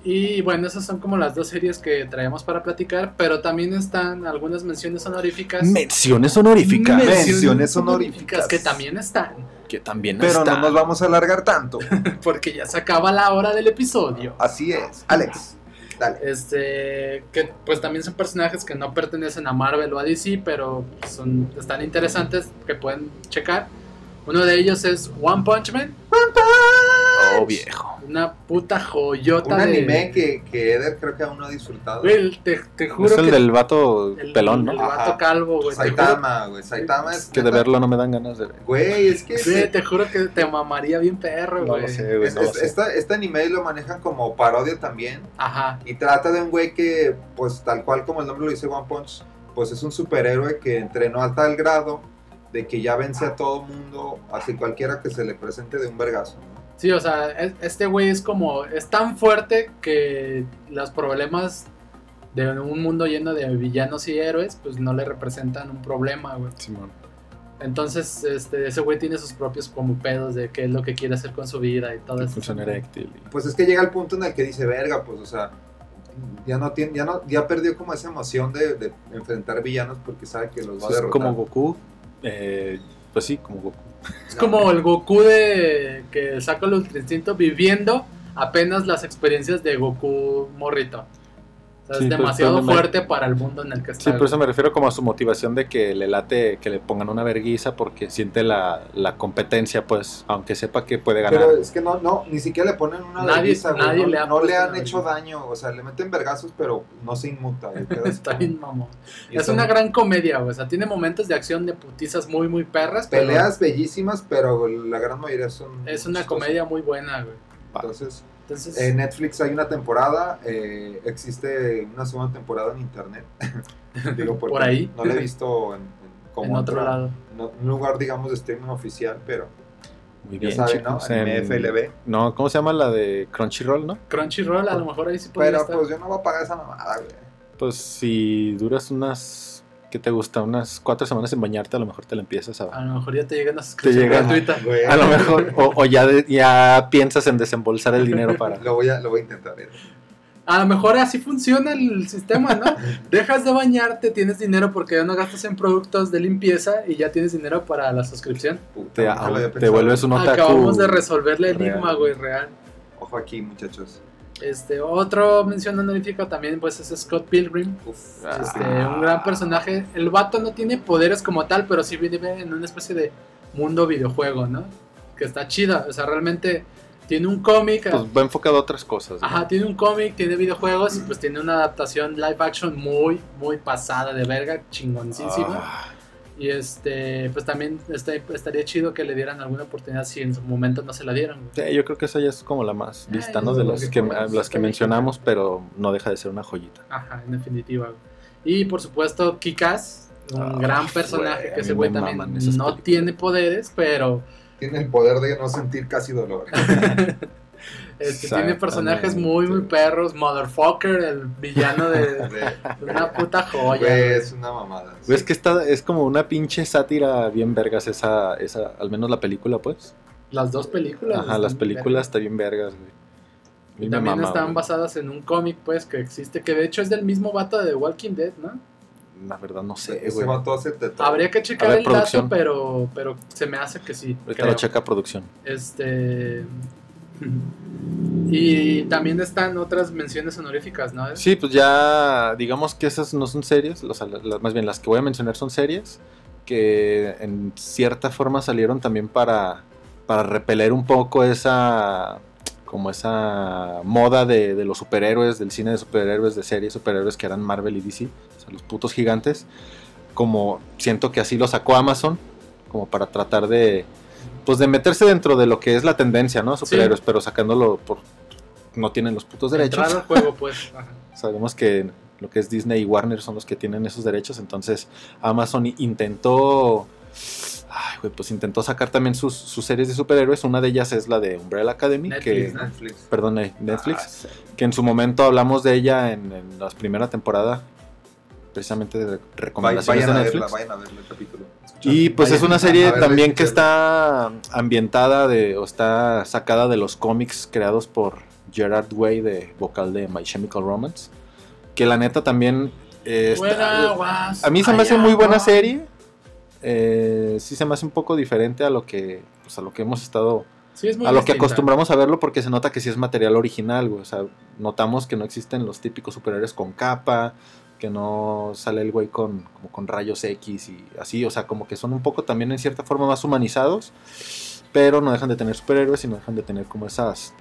S4: Y bueno, esas son como las dos series que traemos para platicar, pero también están algunas menciones honoríficas.
S2: Menciones honoríficas.
S3: Menciones
S2: Mencio-
S3: honoríficas.
S4: Que también están,
S2: Que también
S3: Pero
S2: está.
S3: no nos vamos a alargar tanto.
S4: porque ya se acaba la hora del episodio.
S3: Así es. Alex, dale.
S4: Este, que pues también son personajes que no pertenecen a Marvel o a DC, pero son, están interesantes que pueden checar. Uno de ellos es One Punch Man,
S2: Oh, viejo.
S4: una puta joyota
S3: Un
S4: de...
S3: anime que, que Eder creo que aún no ha disfrutado.
S4: Güey, te, te juro
S2: Es el
S4: que...
S2: del vato
S4: el-
S2: pelón, ¿no?
S4: El
S3: Ah.
S4: vato
S3: Ajá.
S4: calvo, güey. te juro-
S3: Saitama, güey. Saitama es.
S2: Que de verlo no me dan ganas de ver.
S3: Güey, es que.
S4: Güey, te juro que te mamaría bien perro,
S2: No
S4: güey.
S2: lo sé, güey.
S3: es-
S2: No lo
S3: es-
S2: sé.
S3: esta- este anime lo manejan como parodia también.
S4: Ajá.
S3: Y trata de un güey que, pues, tal cual como el nombre lo dice One Punch, pues es un superhéroe que entrenó a tal grado de que ya vence a todo mundo, así cualquiera que se le presente de un vergazo. ¿no?
S4: Sí, o sea, es- este güey es como, es tan fuerte que los problemas de un mundo lleno de villanos y héroes, pues no le representan un problema, güey.
S2: Simón.
S4: Entonces, este, ese güey tiene sus propios como pedos de qué es lo que quiere hacer con su vida y todo eso.
S2: Función eréctil. y-
S3: Pues es que llega el punto en el que dice, verga, pues, o sea, ya no tiene, ya no, ya perdió como esa emoción de, de enfrentar villanos porque sabe que los va a
S2: Es
S3: derrotar.
S2: como Goku. eh, pues sí, como Goku.
S4: Es como el Goku de que saca el Ultra Instinto viviendo apenas las experiencias de Goku morrito. O sea,
S2: Sí,
S4: es
S2: pues,
S4: demasiado
S2: pero me-
S4: fuerte para el mundo en el que está.
S2: Sí, pues, por
S4: güey.
S2: eso me refiero como a su motivación de que le late, que le pongan una verguiza porque siente la, la competencia, pues, aunque sepa que puede ganar.
S3: Pero es que no, no, ni siquiera le ponen una
S4: Nadie-
S3: vergüenza, güey.
S4: nadie
S3: no,
S4: le ha
S3: no
S4: puesto
S3: han
S4: una
S3: hecho
S4: vergüenza.
S3: daño, o sea, le meten vergazos, pero no se inmuta. güey, queda así
S4: Está
S3: como-
S4: bien, mamón.
S3: y
S4: Es
S3: está-
S4: una gran comedia, güey. O sea, tiene momentos de acción de putizas muy, muy perras. pero
S3: Peleas bellísimas, pero la gran mayoría son...
S4: Es una
S3: chistosas.
S4: comedia muy buena, güey.
S3: Entonces,
S4: Entonces,
S3: en Netflix hay una temporada, eh, existe una segunda temporada en internet. Digo, porque
S4: Por ahí.
S3: No la he visto en, en- como
S4: en otro
S3: otra-
S4: lado.
S3: en un lugar, digamos, de streaming oficial, pero
S2: Muy
S3: ya
S2: bien,
S3: saben, ¿no?
S2: chicos,
S3: Anime
S2: en-
S3: FLB.
S2: No, ¿cómo se llama la de Crunchyroll, no?
S4: Crunchyroll, a lo mejor ahí sí podría
S3: Pero
S4: estar.
S3: pues yo no voy a pagar esa mamada, güey.
S2: Pues si duras unas, ¿qué te gusta? Unas cuatro semanas en bañarte, a lo mejor te la empiezas
S4: A
S2: a...
S4: lo mejor ya te llegan a suscripción
S2: llega.
S4: gratuita.
S3: Güey,
S2: A lo mejor, o, o ya, de- ya piensas en desembolsar el dinero para...
S3: Lo voy a, lo voy a intentar. eh.
S4: A lo mejor así funciona el sistema, ¿no? Dejas de bañarte, tienes dinero porque ya no gastas en productos de limpieza y ya tienes dinero para la suscripción.
S3: Puta,
S2: Te,
S3: nunca lo había
S2: te
S3: pensado.
S2: vuelves un otaku.
S4: Acabamos de resolverle el
S2: Real.
S4: enigma, güey, real.
S3: Ojo aquí, muchachos.
S4: Este, otro mención honorífica también, pues, es Scott Pilgrim.
S3: Uf,
S2: Ah.
S4: Este, un gran personaje. El vato no tiene poderes como tal, pero sí vive en una especie de mundo videojuego, ¿no? Que está chida. O sea, realmente tiene un cómic,
S2: Pues va enfocado a otras cosas. ¿no?
S4: ajá, tiene un cómic, tiene videojuegos y pues tiene una adaptación live action muy, muy pasada de verga, chingoncísima.
S2: Ah,
S4: Y este, pues también este, estaría chido que le dieran alguna oportunidad si en su momento no se la dieron. güey.
S2: sí, yo creo que esa ya es como la más
S4: Ah,
S2: vista,
S4: yo
S2: ¿no? De
S4: creo
S2: las
S4: que
S2: que,
S4: podemos
S2: las que
S4: también.
S2: mencionamos, pero no deja de ser una joyita.
S4: Ajá, en definitiva. güey. Y por supuesto, Kikas, un
S2: Ah,
S4: gran personaje
S2: güey, a
S4: que
S2: mí
S4: ese güey
S2: me
S4: también no
S2: maman esas películas.
S4: tiene poderes, pero
S3: Tiene el poder de no sentir casi dolor.
S4: este, tiene personajes
S2: Exactamente.
S4: muy, muy perros. Motherfucker, el villano de, de una puta joya.
S3: Güey,
S4: güey.
S3: es una mamada.
S2: Güey, Es que está, es como una pinche sátira bien vergas esa, esa, al menos la película, pues.
S4: Las dos películas.
S2: Ajá, las
S4: están
S2: películas está bien vergas, güey. A mí
S4: verga.
S2: me
S4: También
S2: mama,
S4: están
S2: güey.
S4: basadas en un cómic, pues, que existe, que de hecho es del mismo vato de Walking Dead, ¿no?
S2: La verdad no sé,
S3: Ese
S2: güey.
S3: vato hace de todo.
S4: Habría que checar
S2: Ah. ver,
S4: el
S2: producción.
S4: dato, pero, pero se me hace que sí.
S2: Ahorita
S4: creo.
S2: lo checa producción.
S4: Este. Y también están otras menciones honoríficas, ¿no?
S2: Sí, pues ya digamos que esas no son series, o sea, la- la- más bien las que voy a mencionar son series que en cierta forma salieron también para, para repeler un poco esa como esa moda de, de los superhéroes, del cine de superhéroes, de series de superhéroes que eran Marvel y DC, o sea, los putos gigantes, como siento que así lo sacó Amazon, como para tratar de, pues de meterse dentro de lo que es la tendencia, ¿no? Superhéroes, pero sacándolo por... No tienen los putos derechos.
S4: Entrar al juego, pues. Ajá.
S2: Sabemos que lo que es Disney y Warner son los que tienen esos derechos, entonces Amazon i- intentó, ay, güey, pues intentó sacar también sus, sus series de superhéroes. Una de ellas es la de Umbrella Academy,
S4: Netflix,
S2: que,
S4: ¿no?
S3: Netflix.
S2: perdón, eh, Netflix,
S3: Ah, sí.
S2: que en su momento hablamos de ella en, en la primera temporada, precisamente de re-
S3: Vayan,
S2: recomendaciones
S3: a
S2: de
S3: verla,
S2: Netflix.
S3: vayan a verla el capítulo.
S2: Y pues es
S4: Vayan
S2: una
S4: a
S2: serie
S3: verla y
S2: también que
S3: escucharla.
S2: está ambientada de, o está sacada de los cómics creados por Gerard Way de vocal de My Chemical Romance. Que la neta también eh, está-
S4: Buena, guas,
S2: a mí se me hace
S4: allá,
S2: muy buena
S4: guas.
S2: serie. Eh, sí se me hace un poco diferente a lo que pues, a lo que hemos estado
S4: Sí, es muy
S2: a lo que
S4: distinta.
S2: acostumbramos a verlo porque se nota que sí es material original, güey. O sea, notamos que no existen los típicos superhéroes con capa, que no sale el güey con, como con rayos X y así. O sea, como que son un poco también en cierta forma más humanizados, pero no dejan de tener superhéroes y no dejan de tener como esas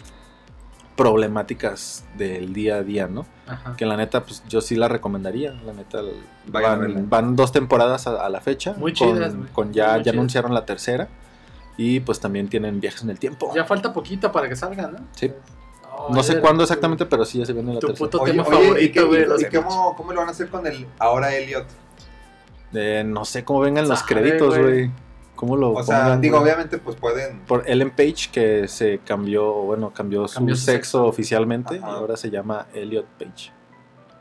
S2: problemáticas del día a día, ¿no?
S4: Ajá.
S2: Que la neta, pues yo sí la recomendaría. La neta, el-
S3: Vayan a verla.
S2: van, van dos temporadas a, a la fecha.
S4: Muy
S2: con-
S4: chidas, güey.
S2: Con, ya,
S4: Muy
S2: ya
S4: chidas.
S2: anunciaron la tercera. Y pues también tienen viajes en el tiempo.
S4: Ya falta poquito para que salga, ¿no?
S2: Sí.
S4: Oh,
S2: No sé
S4: oye,
S2: cuándo
S4: tu-
S2: exactamente, pero sí ya se viene la
S4: Tu
S2: tercera.
S4: puto tema
S3: ¿y
S4: favorito,
S3: qué-
S4: güey.
S3: y
S4: los-
S3: cómo, cómo lo van a hacer con el ahora Elliot?
S2: Eh, no sé cómo vengan los
S4: Sabe,
S2: créditos,
S4: güey.
S2: güey. ¿Cómo lo
S3: O sea,
S2: pongan,
S3: digo,
S2: güey?
S3: obviamente, pues pueden.
S2: Por Ellen Page, que se cambió, bueno, cambió su,
S4: Cambió su
S2: sexo,
S4: sexo.
S2: oficialmente
S3: Ajá.
S2: y ahora se llama Elliot Page.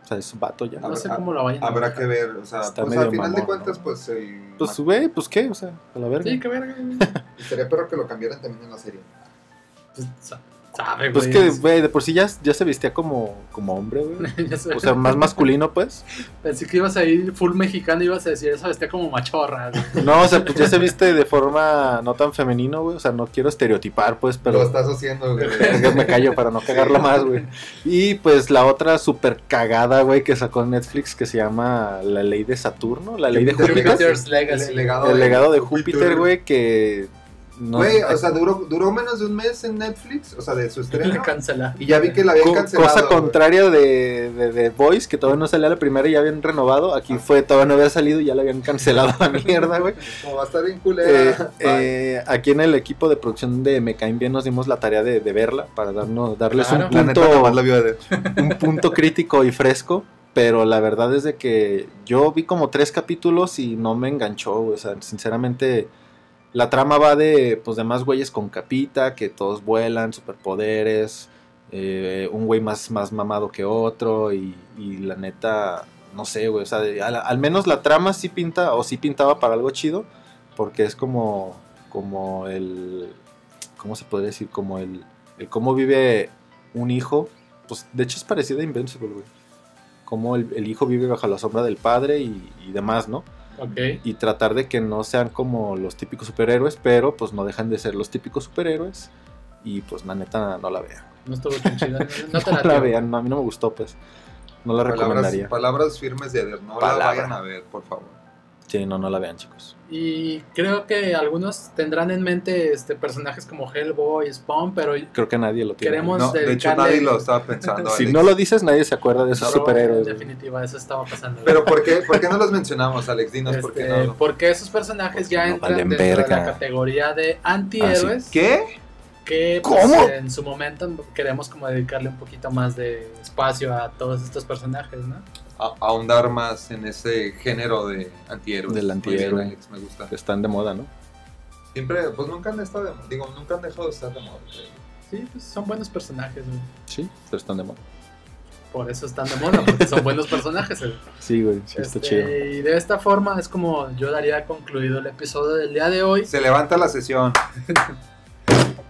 S2: O sea, es un vato ya.
S4: No sé cómo lo vayan a
S3: Habrá
S4: manejar.
S3: que ver, o sea,
S2: Está
S3: pues
S2: medio
S3: al final de
S2: mamón,
S3: cuentas,
S2: ¿no?
S3: pues el.
S2: Pues, güey, pues qué, o sea, a la verga.
S4: Sí, qué verga, güey.
S3: Sería perro que lo cambiaran también en la serie.
S4: Pues, sa- Sabe, güey.
S2: pues que, güey, de por sí ya, ya se vestía como, como hombre, güey.
S4: Ya sé.
S2: O sea, más masculino, pues.
S4: Pensé que ibas a ir full mexicano y ibas a decir eso, está como machorra. güey.
S2: No, o sea, pues ya se viste de forma no tan femenino, güey. O sea, no quiero estereotipar, pues, pero.
S3: Lo estás haciendo, güey.
S2: Verga, me callo para no cagarla más, güey. Y pues la otra super cagada, güey, que sacó Netflix que se llama La Ley de Saturno, La Ley de
S3: Júpiter.
S2: Júpiter.
S4: Jupiter's Legacy.
S3: El legado,
S2: El legado de Júpiter, güey, que... No,
S3: Güey, o sea, duró, duró menos de un mes en Netflix, o sea, de su
S4: La
S3: estreno.
S4: cancela.
S3: Y ya vi que la
S2: co-
S3: habían cancelado.
S2: cosa
S3: güey.
S2: contraria de, de, de Boys, que todavía no salía la primera y ya habían renovado. Aquí fue, todavía no había salido y ya la habían cancelado a la mierda, güey.
S3: Como va a estar bien
S2: Eh,
S3: culera. Bye.
S2: eh, aquí en el equipo de producción de Me Caen Bien nos dimos la tarea de, de verla para darnos, darles
S4: Claro.
S2: un
S3: la
S2: punto...
S3: neta, nada más la vio de
S2: un punto crítico y fresco, pero la verdad es de que yo vi como tres capítulos y no me enganchó, güey, o sea, sinceramente la trama va de pues de más güeyes con capita, que todos vuelan, superpoderes, eh, un güey más, más mamado que otro y, y la neta, no sé, güey, o sea, de- al, al menos la trama sí pinta o sí pintaba para algo chido, porque es como, como el, ¿cómo se podría decir? Como el, el cómo vive un hijo pues de hecho es parecida a Invincible, güey. Como el, el hijo vive bajo la sombra del padre y, y demás, ¿no?
S4: Ok.
S2: Y tratar de que no sean como los típicos superhéroes, pero pues no dejan de ser los típicos superhéroes. Y pues la neta no la vean.
S4: No estuvo tan chida. No te
S2: No la
S4: la, tiro.
S2: vean, no, a mí no me gustó, pues. No la
S3: Palabras,
S2: recomendaría.
S3: palabras firmes de Eder, no
S2: Palabra.
S3: la vayan a ver, por favor.
S2: Sí, no, no la vean, chicos.
S4: Y creo que algunos tendrán en mente este, personajes como Hellboy, Spawn, pero
S2: Creo que nadie lo tiene.
S4: Queremos-
S3: No, de hecho,
S4: dedicarle-
S3: nadie lo estaba pensando.
S2: Si
S3: Alex.
S2: no lo dices, nadie se acuerda de esos
S4: pero,
S2: superhéroes.
S4: En
S2: güey.
S4: definitiva, eso estaba pasando.
S3: Pero ¿por qué, por qué no los mencionamos, Alex? Dinos por qué
S4: Este,
S3: no.
S4: porque esos personajes ya
S2: no
S4: entran
S2: valen
S4: dentro de la
S2: verga. Ah,
S4: categoría de antihéroes
S3: ¿Qué?
S4: que pues,
S2: ¿Cómo?
S4: en su momento queremos como dedicarle un poquito más de espacio a todos estos personajes, ¿no?
S3: A- ahondar más en ese género de antihéroes.
S2: Del
S3: Muy
S2: antihéroe.
S3: bien, Alex, me gusta.
S2: Que Están de moda, ¿no?
S3: Siempre, pues nunca han estado de moda. Digo, nunca han dejado de estar de moda. creo.
S4: Sí, pues son buenos personajes, güey.
S2: Sí, pero están de moda.
S4: por eso están de moda, porque son buenos personajes. güey.
S2: Sí, güey, sí, está
S4: Este,
S2: chido.
S4: Y de esta forma es como yo daría concluido el episodio del día de hoy.
S3: Se levanta la sesión.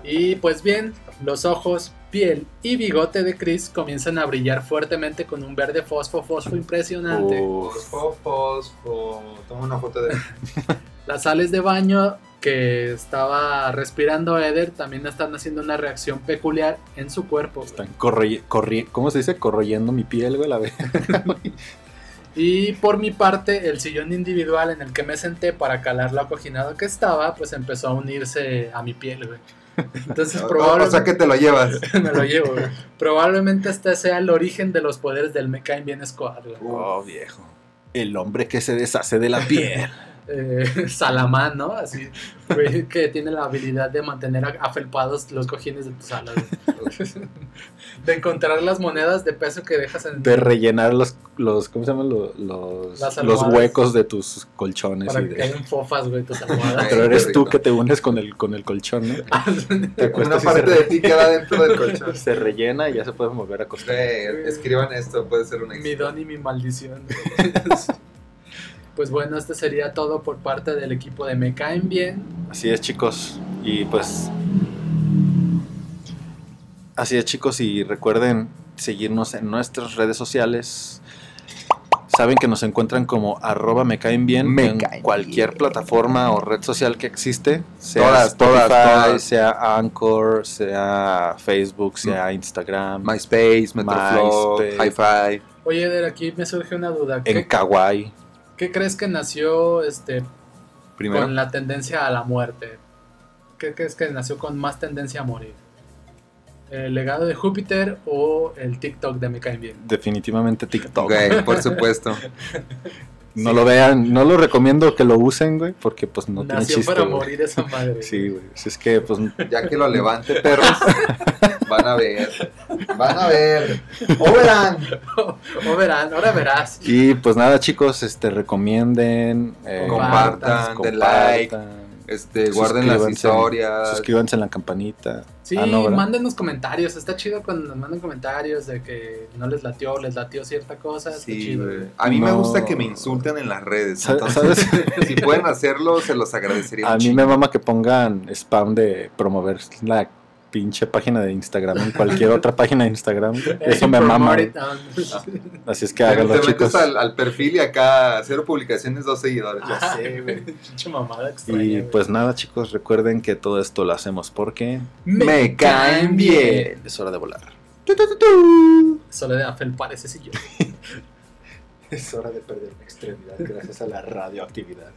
S4: Y pues bien, los ojos, piel y bigote de Chris comienzan a brillar fuertemente con un verde fosfo fosfo
S2: Oh.
S4: impresionante.
S2: Uf.
S3: Fosfo, fosfo. Toma una foto de.
S4: Las sales de baño que estaba respirando Eder también están haciendo una reacción peculiar en su cuerpo. güey.
S2: Están corroye- corri- ¿Cómo se dice? Corroyendo mi piel, güey, la vez.
S4: Y por mi parte, el sillón individual en el que me senté para calar lo acoginado que estaba, pues empezó a unirse a mi piel, güey. Entonces
S3: O
S4: probablemente...
S3: sea que te lo llevas.
S4: me lo llevo, güey. Probablemente este sea el origen de los poderes del Me Caen Bien Squad, güey.
S2: Oh, viejo. El hombre que se deshace de la piel.
S4: Eh, Salamán, ¿no? Así, güey, que tiene la habilidad de mantener a- afelpados los cojines de tu sala, güey. De encontrar las monedas de peso que dejas en...
S2: De rellenar los, los ¿cómo se llaman? Lo- Los,
S4: Las
S2: los,
S4: almohadas.
S2: huecos de tus colchones.
S4: para
S2: y
S4: que
S2: de-
S4: caigan fofas, güey, tus almohadas.
S2: Pero eres
S3: Qué
S2: tú
S3: rico.
S2: que te unes con el, con el colchón, ¿no? Te
S3: Una
S2: acuestas y
S3: parte
S2: se,
S3: de ti queda dentro del colchón.
S2: se rellena y ya se puede volver a acostar.
S3: Güey, Este, escriban esto, puede ser un
S4: mi
S3: éxito.
S4: don y mi maldición. Pues bueno, este sería todo por parte del equipo de Me Caen Bien.
S2: Así es, chicos. Y pues. Así es, chicos. Y recuerden seguirnos en nuestras redes sociales. Saben que nos encuentran como arroba me caen bien
S3: Me
S2: en
S3: caen
S2: cualquier plataforma o red social que existe. Sea
S3: Todas,
S2: Spotify,
S3: todas, todas. Mm.
S2: sea Anchor, sea Facebook, sea Instagram,
S3: MySpace, Metroflog,
S2: MySpace.
S3: Hi-Fi.
S4: Oye, Eder, aquí me surge una duda.
S2: en
S4: ¿Qué,
S2: Kawaii.
S4: qué crees que nació este
S3: Primero.
S4: con la tendencia a la muerte. ¿Qué crees que nació con más tendencia a morir? ¿El legado de Júpiter o el TikTok de Me Caen Bien?
S2: Definitivamente TikTok.
S3: Güey, por supuesto.
S2: No lo vean, no lo recomiendo que lo usen, güey, porque pues no tiene
S4: nació
S2: chiste.
S4: para
S2: güey.
S4: morir esa madre.
S2: Sí, güey. Si es que pues
S3: Ya que lo levante, perros, van a ver. Van a ver. O verán.
S4: O verán, ahora verás.
S2: Y pues nada, chicos, este recomienden, eh,
S3: Compartan, den like, Este, guarden las
S2: suscríbanse,
S3: historias.
S2: suscríbanse en la campanita.
S4: Sí,
S2: Ah, no, ¿verdad?
S4: mándenos comentarios. Está chido cuando nos mandan comentarios de que no les latió, les latió cierta cosa. Está
S3: Sí,
S4: chido.
S3: güey. A mí me
S2: No.
S3: gusta que me insulten en las redes.
S2: Sa-
S3: Entonces, si pueden hacerlo, se los agradecería.
S2: A
S3: un
S2: mí
S3: chingo.
S2: me mama que pongan spam de promover la pinche página de Instagram en cualquier otra página de Instagram.
S4: Eh,
S2: Eso me mama.
S4: Promote it
S2: güey.
S4: on-
S2: Así es que
S3: Te-
S2: háganlo,
S3: te metes
S2: chicos.
S3: al, al perfil y acá cero publicaciones, dos seguidores.
S4: Ah, Pinche mamada extraña,
S2: Y
S4: güey.
S2: pues nada, chicos, recuden que todo esto lo hacemos porque
S4: Me caen bien.
S2: es hora de volar.
S4: Solo de afelpar ese sillón.
S2: Es hora de perder una extremidad gracias a la radioactividad.